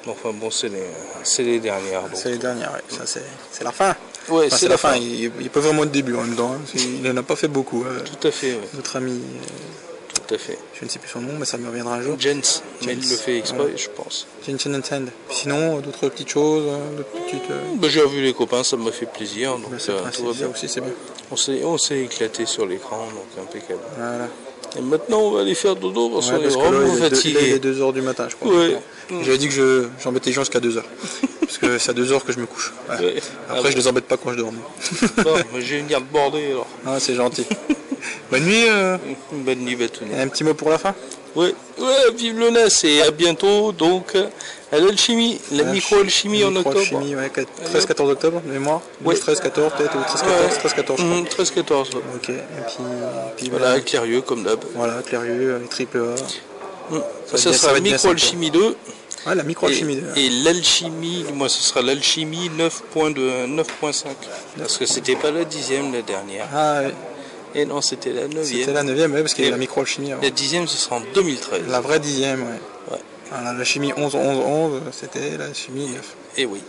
Enfin bon, c'est les, c'est les dernières. donc. C'est les dernières, ouais. Ça, c'est c'est la fin. Ouais, Enfin, c'est la fin. Il n'y a pas vraiment de début en même temps. hein. C'est- Il n'en a pas fait beaucoup. euh, Tout à fait. Notre ami. euh, Tout à fait. Je ne sais plus son nom, mais ça me reviendra un jour. Jens, mais il le fait exprès, je pense. Jens and Sand. Puis sinon, euh, d'autres petites choses, euh, d'autres petites. euh, Bah, j'ai revu les copains, ça m'a fait plaisir. Donc, Ben, c'est euh, le tout principe, va ça bien. aussi, c'est bien. On s'est, on s'est éclaté sur l'écran, donc impeccable. Voilà. Et maintenant, on va aller faire dodo parce Ouais, qu'on est parce que là, vraiment il est deux- là, il est fatigué. 2h du matin, je crois. Ouais. J'avais dit que je- j'embêtais les gens jusqu'à 2h. parce que c'est à 2h que je me couche. Voilà. Ouais. Après, Ah bon. je les embête pas quand je dors. Bon, mais je vais venir te border alors. Ah, c'est gentil. Bonne nuit. euh. Bonne nuit, Batouni. Un petit mot pour la fin Ouais, ouais, vive le NAS et à bientôt donc euh, à l'alchimie, la micro-alchimie en octobre. Microalchimie, ouais, 13-14 octobre, de mémoire. Ouais. 13-14 peut-être, ou 13-14, 13-14 je crois. Mhm, 13-14. ouais. Ok, et puis, puis Voilà, Clérieux comme d'hab. Voilà, Clérieux, euh, triple A. Mhm. Ça va Ça, bien- ça va sera la être bien micro-alchimie 2. Ouais, la microalchimie 2. Et, et l'alchimie, moi ce sera l'alchimie 9.2, 9.5. Parce que c'était pas la dixième la dernière. Ah, ouais. Et non, c'était la neuvième. c'était la 9ème, ouais, parce qu'il y a Ah, Et la microalchimie. avant. La dixième, ce sera en 2013. La vraie 10ème, ouais. Voilà, la chimie 11-11-11, c'était la chimie euh, 9. Et Eh oui.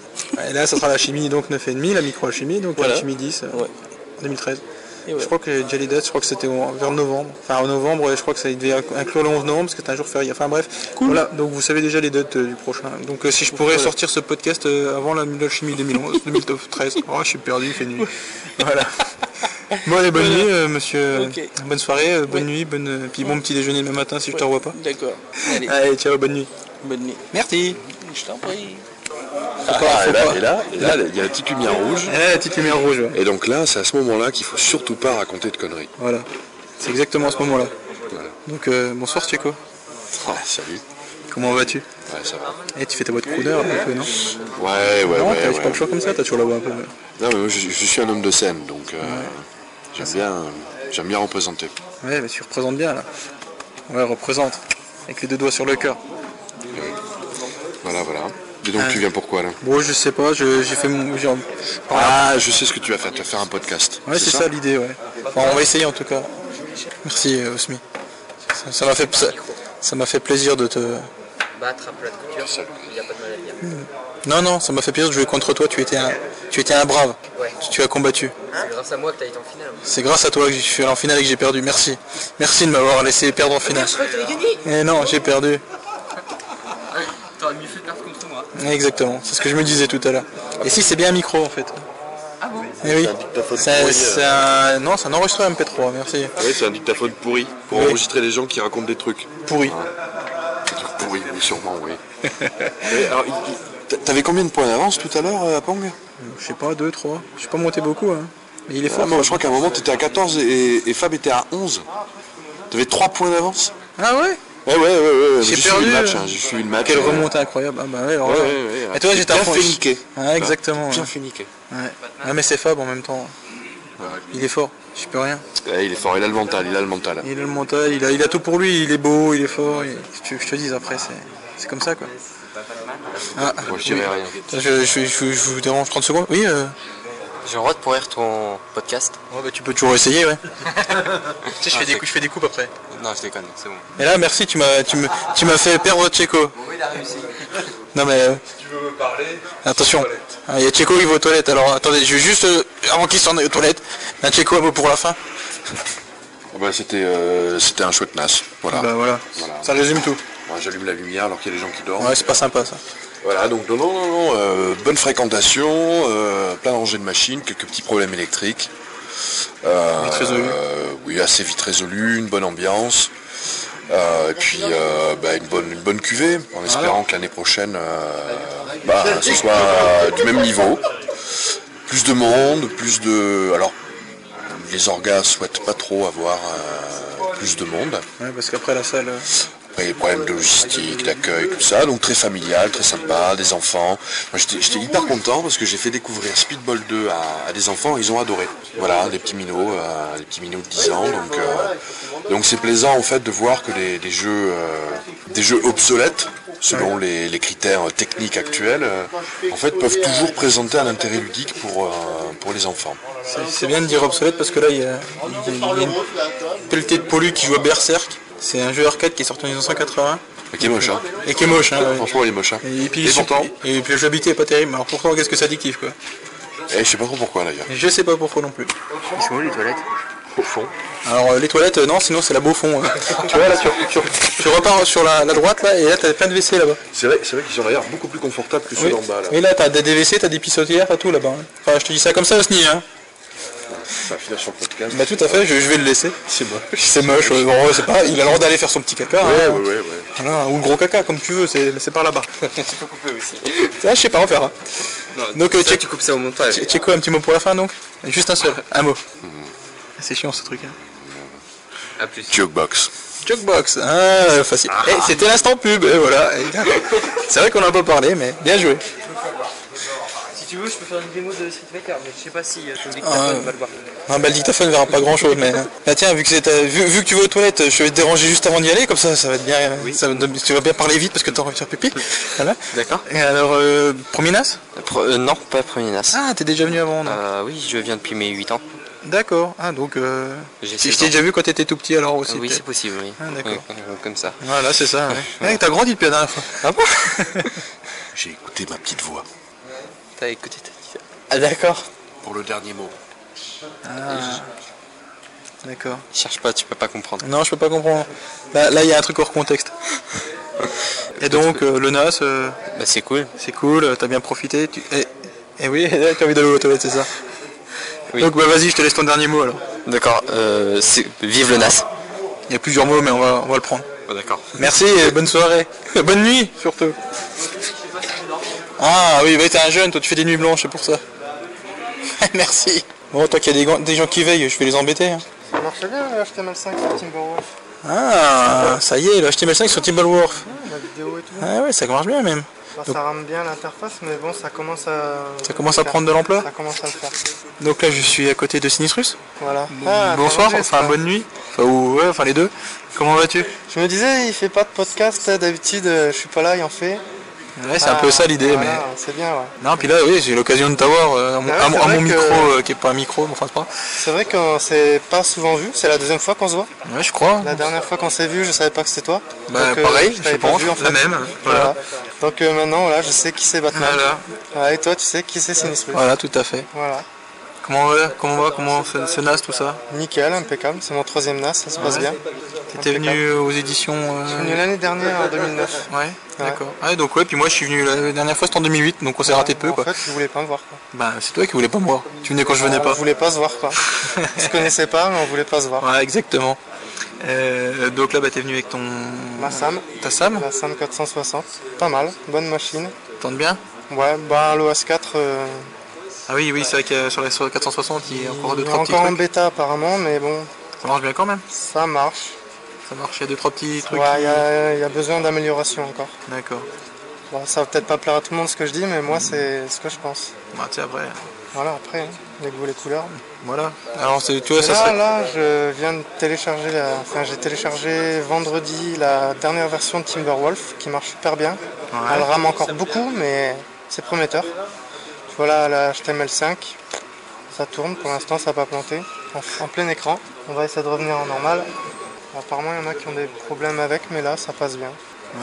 Et là, ça sera la chimie donc 9,5, la microalchimie, donc Voilà. la chimie 10, euh, en 2013. Et ouais. Je crois que j'ai déjà les dates, je crois que c'était en- vers novembre. Enfin, en novembre, et je crois que ça devait inclure le 11 novembre, parce que c'était un jour férié. Enfin, bref. Voilà, donc vous savez déjà les dates euh, du prochain. Donc, euh, si je pourrais Voilà. sortir ce podcast euh, avant la microalchimie 2011, 2013, oh, je suis perdu, il fait nuit. voilà. Bon, allez, bonne Voilà. nuit, euh, monsieur. Ok. Bonne soirée, euh, bonne nuit, bonne, euh, puis bon petit déjeuner demain matin si je te revois pas. D'accord. Allez. Allez, ciao, bonne nuit. Bonne nuit. Merci. Je t'en prie. Ah, et, là, et là, et là, il y a la petite lumière rouge. Eh, la petite lumière rouge, ouais. Et donc là, c'est à ce moment-là qu'il faut surtout pas raconter de conneries. Voilà. C'est exactement à ce moment-là. Voilà. Donc euh, bonsoir Checo. Ah, salut. Comment vas-tu Ouais, ça va. Eh tu fais ta boîte crooner un peu, non Ouais, Eh ouais, Non, ouais. t'as ouais. pas le choix comme ça, t'as toujours la voix un peu. Non, mais moi, je, je suis un homme de scène, donc euh, j'aime bien, j'aime bien représenter. Ouais, mais tu représentes bien là. Ouais, représente. Avec les deux doigts sur le cœur. Voilà, voilà. Et Euh. donc, tu viens pourquoi là Bon, je sais pas, je- j'ai fait mon. j'ai- Ah, je sais ce que tu vas faire. Tu vas faire un podcast. Ouais, c'est ça, l'idée, ouais. Enfin, on va essayer en tout cas. Merci euh, Osmi. Ça- Ça m'a fait, ça- ça m'a fait plaisir de te. Battre un plat de couture, il n'y a pas de hein. mal à dire. Non, non, ça m'a fait plaisir de jouer contre toi. Tu étais un, tu étais un brave. Ouais. Tu- Tu as combattu. C'est grâce à moi que t'as été en finale. C'est grâce à toi que je suis allé en finale et que j'ai perdu. Merci. Merci de m'avoir laissé perdre en finale. Eh non, j'ai perdu. T'aurais mieux fait de perdre contre moi. Exactement, c'est ce que je me disais tout à l'heure. Et si c'est bien un micro en fait Ah bon Eh oui. C'est pourrie, c'est euh, un... Non, c'est un enregistreur MP3, merci. Oui, c'est un dictaphone pourri pour Oui. enregistrer les gens qui racontent des trucs. Pourri. Des trucs pourris, oui, sûrement, oui. Mais alors, il- il- t'a- T'avais combien de points d'avance tout à l'heure euh, à Pong Je sais pas, 2, 3. Je suis pas monté beaucoup. Hein. Mais il est Ah, fort. moi, je crois qu'à un moment, t'étais à 14 et, et Fab était à 11. T'avais 3 points d'avance Eh Ah ouais Ouais, ouais, ouais, ouais. ouais, J'ai J'ai suivi perdu, le match. euh, hein, J'ai suivi le match. Quelle euh, remontée incroyable. Ah bah ouais, alors Ouais, là- ouais, ouais. Et toi, j'étais Bien à fond. fait niquer. Ouais, exactement. Bien ouais. fait niquer. Ouais. Ah, mais c'est Fab en même temps. Il est fort, je peux rien. Ouais, Eh, il est fort, il a le mental, il a le mental. Il a le mental, il a, il a tout pour lui, il est beau, il est fort. il- Je, te- je te dis après, c'est c'est comme ça quoi. Ah, Moi, je dirais oui. rien. Je, je- je- je vous dérange 30 secondes Oui, euh, J'ai le droit de pourrir ton podcast Ouais, bah, tu peux toujours essayer, ouais. sais, je fais des coups- je fais des coupes après. Non, je déconne, c'est bon. Et là, merci, tu m'as, tu me- tu m'as fait perdre Tchéco. il a réussi. Non, mais euh, Tu veux me parler attention. Ah, Il y a Tchéco, il va aux toilettes. Alors attendez, je vais juste, euh, avant qu'il s'en aille aux toilettes, un Tchéco, un mot pour la fin. Ah bah, c'était, euh, c'était un chouette nasse. Voilà. Bah, voilà. Ça résume tout. Moi, J'allume la lumière alors qu'il y a des gens qui dorment. Ouais, c'est pas sympa ça. Voilà, donc non, non, non, non, euh, bonne fréquentation, euh, plein d'engins de machines, quelques petits problèmes électriques. Euh, Vite résolu. euh, oui, assez vite résolu, une bonne ambiance. Euh, et puis euh, bah, une, bonne, une bonne cuvée, en espérant que l'année prochaine, euh, bah, ce soit euh, du même niveau. Plus de monde, plus de... Alors, les orgas souhaitent pas trop avoir euh, plus de monde. Ouais, parce qu'après la salle. euh, Après, les problèmes de logistique, d'accueil, tout ça. Donc très familial, très sympa, des enfants. Moi, j'étais j'étais hyper content parce que j'ai fait découvrir Speedball 2 à, à des enfants, ils ont adoré. Voilà, des petits minots, euh, des petits minots de 10 ans. Donc euh, donc c'est plaisant en fait de voir que des, des jeux, euh, des jeux obsolètes, selon les, les critères techniques actuels, euh, en fait peuvent toujours présenter un intérêt ludique pour, euh, pour les enfants. C'est- C'est bien de dire obsolète parce que là, il y a, il y a- il y a une pelletée de pollu qui joue à Berserk. C'est un jeu arcade qui est sorti en 1980. Et qui est moche, hein. Et qui est moche, hein, ouais. Franchement, il est moche, hein. Et puis, Et pourtant- et puis le jeu habité est pas terrible. Alors pourtant, qu'est-ce que ça dit kiff quoi Et eh, je sais pas trop pourquoi d'ailleurs. Je sais pas pourquoi non plus. Ils sont où les toilettes Au fond. Alors euh, les toilettes, euh, non, sinon c'est la Beaufond. euh. tu vois là, tu, tu- tu repars sur la, la droite là, et là t'as plein de WC là-bas. C'est vrai, c'est vrai qu'ils sont d'ailleurs beaucoup plus confortables que ceux Oui. d'en bas. Là. Et là t'as des des WC, t'as des pissotières, t'as tout là-bas. hein. Enfin, je te dis ça comme ça, Osni. Hein. Ça va finir sur le podcast. Bah tout à fait, je, je vais le laisser. C'est moche. C'est moche, ouais, bon, ouais, c'est pas. Il a le droit d'aller faire son petit caca. Ouais, hein. ouais, ouais, ouais. Voilà, ou le gros caca comme tu veux, c'est c'est par là-bas. Tu peux couper aussi. Ça, je sais pas, on verra. Donc, euh, ça, tu coupes ça au montage. Tu quoi un petit mot pour la fin donc Juste un seul, un mot. Mm. C'est chiant ce truc. Hein. A plus. Jukebox. Jokebox, ah, facile. Eh, C'était l'instant pub, et voilà. Et- C'est vrai qu'on en a pas parlé, mais bien joué. Si tu veux, je peux faire une démo de Street Fighter, mais je sais pas si euh, ton Ah, dictaphone va le voir. Ah, bah, le dictaphone verra pas grand chose, mais. Bah, tiens, vu que, c'est ta- vu, vu que tu vas aux toilettes, je vais te déranger juste avant d'y aller, comme ça, ça va être bien. ça va- tu vas bien parler vite parce que t'as envie de faire pipi. Voilà. D'accord. euh, Et alors, euh, premier nas non, pas premier nas. Ah, t'es déjà venu avant, non Euh, oui, je viens depuis mes 8 ans. D'accord. Ah, donc. euh, J'ai Je seize t'ai ans. déjà vu quand t'étais tout petit, alors aussi. oui, t'es- c'est possible, oui. Ah, d'accord. Oui, euh, Comme ça. Voilà, c'est ça. hein. Ouais. Ouais, t'as grandi depuis la dernière fois. Ah bon J'ai écouté ma petite voix. T'as écouté ta Ah, d'accord. Ah. Pour le dernier mot. Ah, D'accord. Cherche pas, tu peux pas comprendre. Non, je peux pas comprendre. Bah, Là, là, il y a un truc hors contexte. Et donc, euh, le NAS, euh, Bah, c'est cool. c'est cool, euh, t'as bien profité. Tu... Et, oui, t'as envie d'aller aux toilettes, c'est ça Oui. Donc, bah, vas-y, je te laisse ton dernier mot alors. D'accord. euh, c'est- vive le nas. Il y a plusieurs mots, mais on va, on va le prendre. d'accord. Merci et bonne soirée. bonne nuit, surtout. Ah oui, bah, t'es un jeune, toi, tu fais des nuits blanches, c'est pour ça. Merci. Bon, toi, qu'il y a des, gants- des gens qui veillent, je vais les embêter. hein. Ça marche bien le HTML5 sur Timberwolf. Ah, ça y est, le HTML5 sur Timberwolf. La vidéo et tout. Ah ouais, ça marche bien même. Bah, ça rame bien l'interface, mais bon, ça commence à. Ça commence à prendre de l'ampleur Ça commence à le faire. Donc là, je suis à côté de Sinistrus. Voilà. Bonsoir, attendez, enfin ça. bonne nuit. Enfin, ou, ouais, enfin les deux. Comment vas-tu Je me disais, il fait pas de podcast euh, d'habitude, euh, je suis pas là, il en fait. Ah, Ouais, c'est un peu ça l'idée, voilà, C'est bien, ouais. mais. Non, puis là, oui, j'ai l'occasion de t'avoir euh, à mon, Ah ouais, à mon- c'est à mon vrai que- micro euh, qui est pas un micro, mais enfin, c'est pas. C'est vrai qu'on s'est pas souvent vu, c'est la deuxième fois qu'on se voit. Ouais, je crois. La dernière fois qu'on s'est vu, je savais pas que c'était toi. Bah, Donc, euh, pareil, je t'avais pas pense, vu, la en fait. même, voilà. Voilà. Donc euh, maintenant, là, je sais qui c'est Batman. Voilà. Ouais, et toi, tu sais qui c'est Sinistro. Voilà, tout à fait. Voilà. Comment va, comment va, comment se, se nasse tout ça Nickel, impeccable. C'est mon troisième NAS, ça se passe Ouais. bien. T'étais Impeccable. venu aux éditions. euh, Je suis venu l'année dernière, en 2009. Ouais, D'accord. Ouais, Ah, donc ouais, puis moi je suis venu la dernière fois, c'était en 2008, donc on s'est raté de peu En quoi. fait, tu voulais pas me voir. Quoi. Bah, c'est toi qui voulais pas me voir. Tu venais quand je venais Ah, pas. On voulait pas se voir, quoi. on se connaissait pas, mais on voulait pas se voir. Ouais, exactement. Euh, donc là, bah, t'es venu avec ton. Ma Sam. Ta Sam La Sam 460. Pas mal, bonne machine. Tente bien Ouais, bah l'OS4, euh, Ah oui, oui, c'est vrai que euh, sur la 460, il y a encore il deux, est trois petits encore en trucs. bêta apparemment, mais bon, Ça marche bien quand même. ça marche. Ça marche, il y a deux, trois petits Ouais, trucs. il qui- y, a- il y a besoin d'amélioration encore. D'accord. Bon, ça va peut-être pas plaire à tout le monde ce que je dis, mais moi c'est ce que je pense. Bah, tu sais, après. Voilà, après, hein, les goûts, les couleurs. Voilà. Alors, c'est- Euh, tu vois, Mais ça là, serait. là, je viens de télécharger, la- enfin j'ai téléchargé vendredi la dernière version de Timberwolf qui marche super bien. Ouais. Elle rame encore beaucoup, mais c'est prometteur. Voilà la HTML5. Ça tourne, pour l'instant ça n'a pas planté. En, en plein écran. On va essayer de revenir en normal. Apparemment il y en a qui ont des problèmes avec, mais là ça passe bien.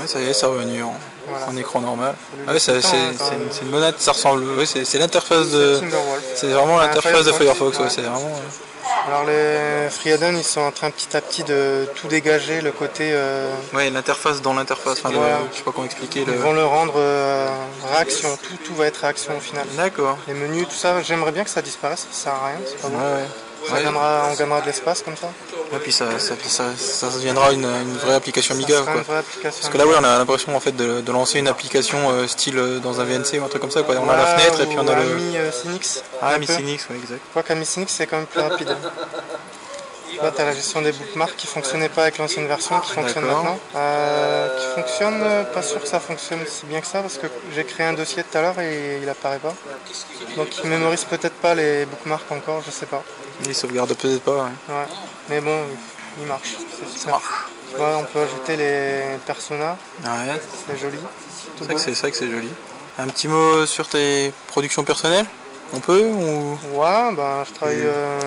Ouais, ça y est, c'est revenu en, Voilà. en écran normal. lui Ah ouais, ça- laisser c'est le temps, hein, quand c'est même. une- c'est une bonne atte- ça ressemble. ouais, c'est c'est l'interface de. Timberwolf. C'est vraiment Ah, l'interface de Firefox, Firefox, ouais, c'est vraiment. euh, Alors les Freeadon ils sont en train petit à petit de tout dégager, le côté... euh, Ouais, l'interface dans l'interface, enfin, le- Voilà. je sais pas comment expliquer. Ils Le... vont le rendre euh, réaction, tout, tout va être réaction au final. D'accord. Les menus, tout ça, j'aimerais bien que ça disparaisse, ça sert à rien, c'est pas bon. Ouais, ouais. Ça Ouais. gagnera- on gagnera de l'espace comme ça. Et puis ça, ça, ça- ça deviendra une, une vraie application Amiga. sera une quoi. vraie application Parce que là, ouais, Amiga. on a l'impression en fait de, de lancer une application euh, style euh, dans un VNC ou un truc comme ça. Quoi. On a la Ouais, fenêtre et puis on ou a le. Ami euh, Cynix. Ah, un Ami peu. Cynix, ouais, exact. Quoi qu'Ami Cynix, c'est quand même plus rapide. Là, t'as la gestion des bookmarks qui fonctionnait pas avec l'ancienne version, qui fonctionne D'accord. maintenant. Euh, qui fonctionne, euh, pas sûr que ça fonctionne si bien que ça, parce que j'ai créé un dossier tout à l'heure et il apparaît pas. Donc il mémorise peut-être pas les bookmarks encore, je sais pas. Il sauvegarde peut-être pas. ouais. Ouais, mais bon, il marche. Ça marche. Ah. Tu vois, on peut ajouter les personas. Ouais. C'est joli. C'est vrai que c'est- c'est vrai que c'est joli. Un petit mot sur tes productions personnelles On peut ou... Ouais, ben, je travaille euh,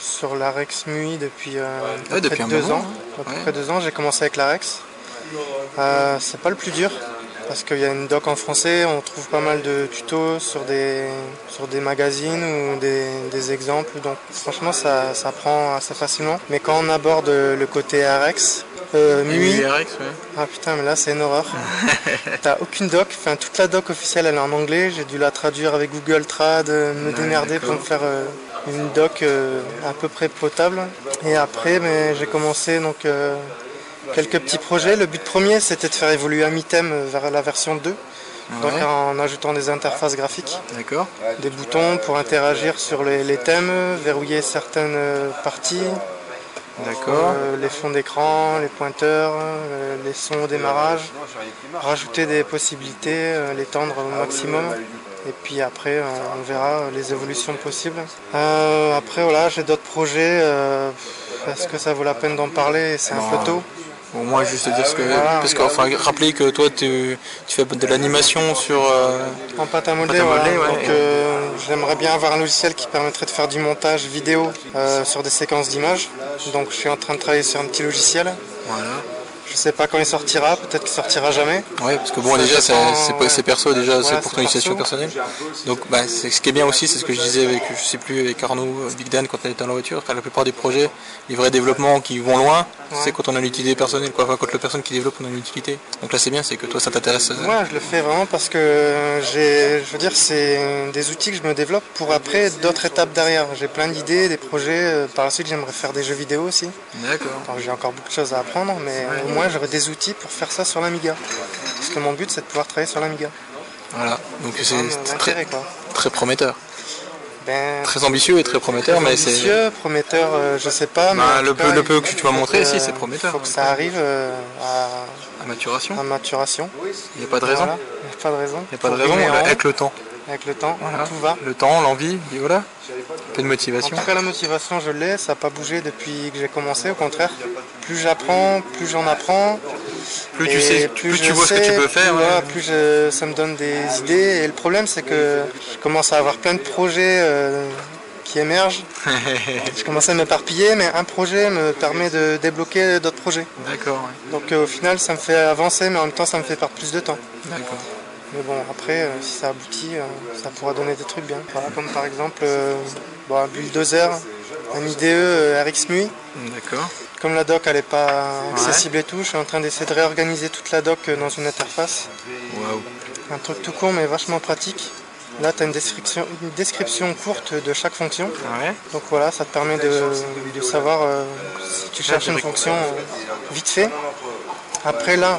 sur l'Arex MUI depuis, euh, à Ouais, peu depuis près un deux moment, ans. hein. À peu Ouais. près deux ans, j'ai commencé avec l'Arex. Euh, c'est pas le plus dur parce qu'il y a une doc en français, on trouve pas mal de tutos sur des, sur des magazines ou des, des exemples. Donc franchement, ça, ça prend assez facilement. Mais quand on aborde le côté Arex, euh, MUI, Ah putain, mais là c'est une horreur. T'as aucune doc, enfin toute la doc officielle elle est en anglais, j'ai dû la traduire avec Google Trad, euh, me Ouais, démerder pour me Ah, d'accord. faire euh, une doc euh, à peu près potable. Et après, mais j'ai commencé donc euh, quelques petits projets. Le but premier c'était de faire évoluer Amitem euh, vers la version 2. Donc Ouais. en ajoutant des interfaces graphiques, D'accord. des boutons pour interagir sur les, les thèmes, verrouiller certaines euh, parties, D'accord. euh, les fonds d'écran, les pointeurs, euh, les sons au démarrage, rajouter des possibilités, euh, l'étendre au maximum. Et puis après, euh, on verra les évolutions possibles. Euh, après, voilà, j'ai d'autres projets. euh, Est-ce que ça vaut la peine d'en parler C'est un peu tôt. Au moins juste te dire ce que. Voilà. Parce que enfin, rappeler que toi tu, tu fais de l'animation sur. euh, En pâte à modeler, Pâte à voilà. modeler, ouais. Donc, euh, j'aimerais bien avoir un logiciel qui permettrait de faire du montage vidéo euh, sur des séquences d'images. Donc, je suis en train de travailler sur un petit logiciel. Voilà. Je sais pas quand il sortira, peut-être qu'il sortira jamais. Ouais, parce que bon, Ça déjà, c'est dépend, c'est pas- c'est perso, déjà, Voilà, c'est pour c'est ton initiative perso. personnelle. Donc, bah, c'est- ce qui est bien aussi, c'est ce que je disais avec, je sais plus, avec Arnaud, euh, Big Dan, quand on était dans la voiture, car la plupart des projets, les vrais développements qui vont loin, c'est quand on a une utilité personnelle, quoi. Enfin, quand la personne qui développe, on a une utilité. Donc là, c'est bien, c'est que toi, ça t'intéresse. euh, Moi, je le fais vraiment parce que euh, j'ai, je veux dire, c'est des outils que je me développe pour après d'autres étapes derrière. J'ai plein d'idées, des projets. Euh, Par la suite, j'aimerais faire des jeux vidéo aussi. D'accord. Alors, j'ai encore beaucoup de choses à apprendre, mais au moins j'aurai des outils pour faire ça sur l'Amiga. Parce que mon but, c'est de pouvoir travailler sur l'Amiga. Voilà. Donc, c'est vraiment c'est très, l'intérêt, quoi. très prometteur. Ben, Très ambitieux et très prometteur, mais c'est. ambitieux, prometteur, euh, je sais pas. mais Bah, en tout le peu- cas, le peu que il tu m'as faut montré, que- si, c'est prometteur. Faut que ça arrive euh, à, à maturation. À maturation. Il n'y a pas de raison. Voilà, il n'y a pas de raison. Il n'y a pas de raison, Riméan, avec le temps. Avec le temps, Voilà. tout va. Le temps, l'envie, et voilà. Un peu de En motivation. tout cas, la motivation, je l'ai, ça n'a pas bougé depuis que j'ai commencé, au contraire. Plus j'apprends, plus j'en apprends. Plus tu Et sais- plus je tu vois ce que tu peux plus, faire, ouais. voilà, plus je- ça me donne des idées. Et le problème, c'est que je commence à avoir plein de projets euh, qui émergent. Je commence à m'éparpiller, mais un projet me permet de débloquer d'autres projets. D'accord, ouais. Donc euh, au final, ça me fait avancer, mais en même temps, ça me fait perdre plus de temps. D'accord. Mais bon, après, euh, si ça aboutit, euh, ça pourra donner des trucs bien. Voilà, comme par exemple, euh, bon, un bulldozer, un IDE euh, RXMUI. D'accord. Comme la doc, elle n'est pas accessible et tout, je suis en train d'essayer de réorganiser toute la doc euh, dans une interface. Waouh. Un truc tout court, mais vachement pratique. Là, tu as une description, une description courte de chaque fonction. Donc voilà, ça te permet de, de savoir euh, si tu cherches une fonction euh, vite fait. Après, là,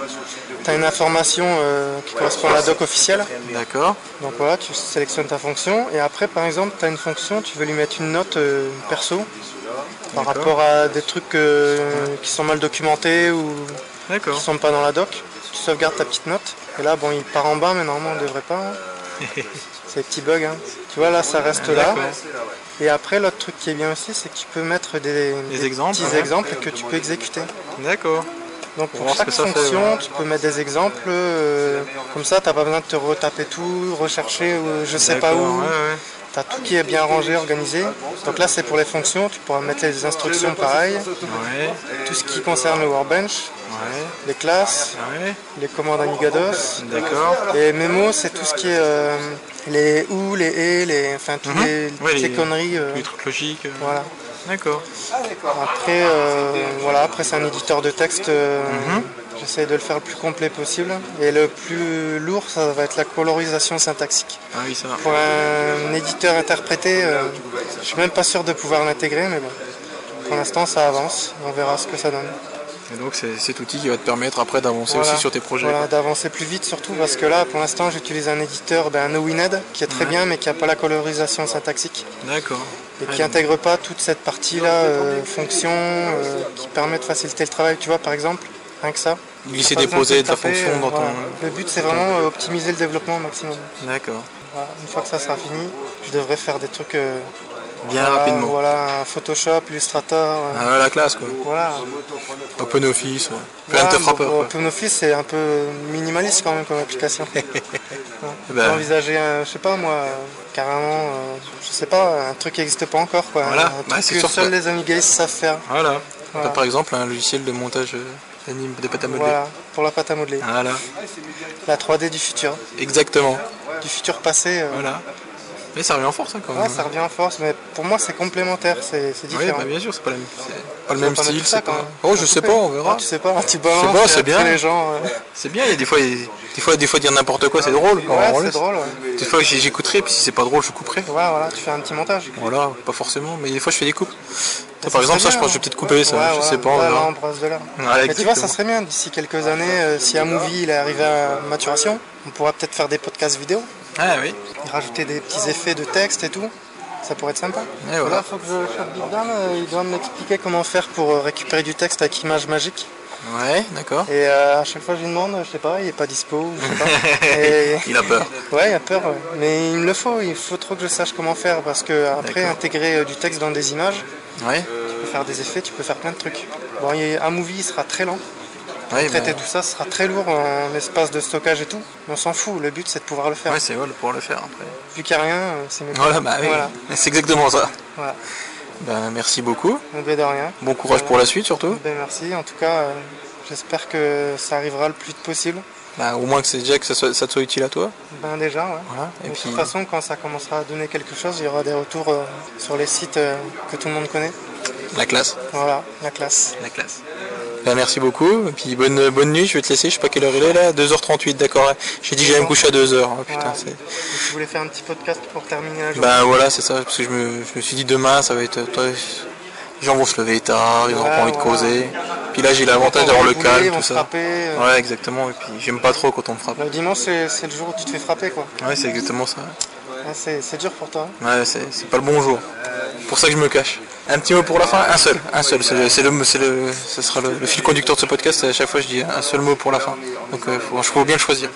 tu as une information euh, qui correspond à la doc officielle. D'accord. Donc voilà, tu sélectionnes ta fonction. Et après, par exemple, tu as une fonction, tu veux lui mettre une note euh, perso par D'accord. rapport à des trucs euh, qui sont mal documentés ou D'accord. qui sont pas dans la doc. Tu sauvegardes ta petite note. Et là, bon, il part en bas, mais normalement, on ne devrait pas. hein. C'est des petits bugs. hein. Tu vois, là, ça reste là. D'accord. Et après, l'autre truc qui est bien aussi, c'est que tu peux mettre des, des exemples, hein. petits ouais. exemples que tu peux exécuter. D'accord. Donc Pour pour voir ce chaque que ça fait, euh, fonction, ouais. tu peux mettre des exemples. euh, comme ça, t'as pas besoin de te retaper tout, rechercher euh, je sais pas D'accord, où. ouais, ouais. T'as tout qui est bien rangé, organisé. Donc là, c'est pour les fonctions. Tu pourras mettre les instructions pareilles. Tout ce qui concerne le workbench, les classes, les commandes Amigados. D'accord. Et Memo, c'est tout ce qui est euh, les ou, les et, les, enfin, tous Mhm. les, Ouais, toutes les les- conneries. euh, Les trucs logiques. euh, Voilà. D'accord. Après, euh, voilà, après c'est un éditeur de texte. euh, J'essaie de le faire le plus complet possible. Et le plus lourd, ça va être la colorisation syntaxique. Ah oui, ça va. Pour un éditeur interprété, euh, je suis même pas sûr de pouvoir l'intégrer, mais bon. Pour l'instant, ça avance. On verra ce que ça donne. Et donc c'est cet outil qui va te permettre après d'avancer Voilà. aussi sur tes projets. quoi. Voilà, d'avancer plus vite surtout, parce que là, pour l'instant, j'utilise un éditeur, ben, NoWinhead, qui est très bien, mais qui n'a pas la colorisation syntaxique. D'accord. Et Ouais, qui donc- n'intègre pas toute cette partie-là, euh, fonction, euh, qui permet de faciliter le travail, tu vois, par exemple, rien que ça. Glisser, T'as pas besoin déposer te ta taper, euh, fonction dans ton- Le but, c'est vraiment euh, optimiser le développement au maximum. D'accord. Voilà, Une fois que ça sera fini, je devrais faire des trucs... euh, Bien voilà, rapidement. Voilà, un Photoshop, Illustrator... euh, Ah, la classe quoi. Voilà. Open Office. ouais. Plein de Ouais, te frappeurs. bon, quoi. OpenOffice, c'est un peu minimaliste quand même comme application. Eh On ben. Envisager, un, je sais pas moi, euh, carrément, euh, je sais pas, un truc qui n'existe pas encore quoi. Voilà. Un Bah, truc c'est que sûr seuls que- les Amigays savent faire. Voilà. Voilà. Par exemple, un logiciel de montage euh, anime de pâte à modeler. Voilà, pour la pâte à modeler. Voilà. Mmh. La 3D du futur, Exactement. du futur passé. euh. Voilà. Mais ça revient en force hein, quand Ouais, même. Ah, ça revient en force, mais pour moi c'est complémentaire, c'est c'est Oui, différent. bah, bien sûr, c'est pas la même. c'est Pas Tu le vas même pas mettre style, tout ça, c'est quand pas- même. Oh, je sais pas, on verra. Ah, tu sais pas, tu Je balances sais pas, et c'est après, bien. les gens. euh, C'est bien, il y a des fois, il- des fois, des fois dire n'importe quoi, c'est drôle. quand Ouais, on c'est laisse. drôle, Des fois, j'y- j'écouterai, puis si c'est pas drôle, je couperai. Voilà, voilà, tu fais un petit montage. Voilà, pas forcément, mais des fois, je fais des coupes. Ça, par ça exemple, ça, serait je bien, pense hein. que je vais peut-être couper, ça, Ouais, je ouais, sais pas. on là, verra. là, on brasse de là. Voilà, Mais tu vois, ça exactement. serait bien d'ici quelques années, euh, si Amovie il est arrivé à maturation, on pourra peut-être faire des podcasts vidéo. Ah oui. Rajouter des petits effets de texte et tout. Ça pourrait être sympa. Et voilà. Là, faut que je chope Big Dan, euh, il doit m'expliquer comment faire pour euh, récupérer du texte avec image magique. Ouais, d'accord. Et euh, à chaque fois, je lui demande, je sais pas, il est pas dispo, ou je sais pas. Et- Il a peur. Ouais, il a peur, ouais. mais il me le faut, il faut trop que je sache comment faire parce que après D'accord. intégrer euh, du texte dans des images, Ouais. tu peux faire des effets, tu peux faire plein de trucs. Bon, il y a- un movie il sera très lent. Ouais, Traiter bah- tout ça sera très lourd en espace de stockage et tout. On s'en fout, le but c'est de pouvoir le faire. Ouais, c'est voilà pour le faire après. Vu qu'il n'y a rien, euh, c'est mieux. Voilà, bah oui. Voilà. C'est exactement ça. Voilà. Ben, merci beaucoup. Eh ben, de rien. Bon courage pour la suite surtout. Ben, merci, en tout cas, euh, j'espère que ça arrivera le plus vite possible. Ben, au moins que c'est déjà que ça, soit- ça te soit utile à toi. Ben déjà, ouais. et de puis- toute façon, quand ça commencera à donner quelque chose, il y aura des retours euh, sur les sites euh, que tout le monde connaît. La classe. Voilà, la classe. La classe. Ben, merci beaucoup. Et puis bonne, bonne nuit, je vais te laisser, je sais pas quelle heure il est là, 2h38, d'accord. J'ai dit que j'allais me coucher à 2h. hein, Putain, Voilà. c'est. Je voulais faire un petit podcast pour terminer la journée. Bah voilà, c'est ça, parce que je me, je me suis dit demain, ça va être. toi, Les gens vont se lever tard, ils n'auront Ouais, pas envie de voilà. causer. Puis là, j'ai l'avantage Ils d'avoir vont le bouler, ils calme, vont tout ça. frapper, euh. Ouais, exactement. Et puis, j'aime pas trop quand on me frappe. Le dimanche, c'est c'est le jour où tu te fais frapper, quoi. Ouais, c'est exactement ça. Ah, c'est c'est dur pour toi. hein. Ouais, c'est c'est pas le bon jour. C'est pour ça que je me cache. Un petit mot pour la fin, un seul, un seul. C'est le, c'est le, c'est le- ce sera le, le fil conducteur de ce podcast. À chaque fois, je dis un seul mot pour la fin. Donc, euh, faut, faut bien le choisir.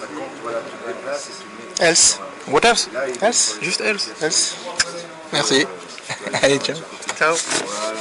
Else. What else Else Juste else. Else. Merci. Allez, ciao. Ciao.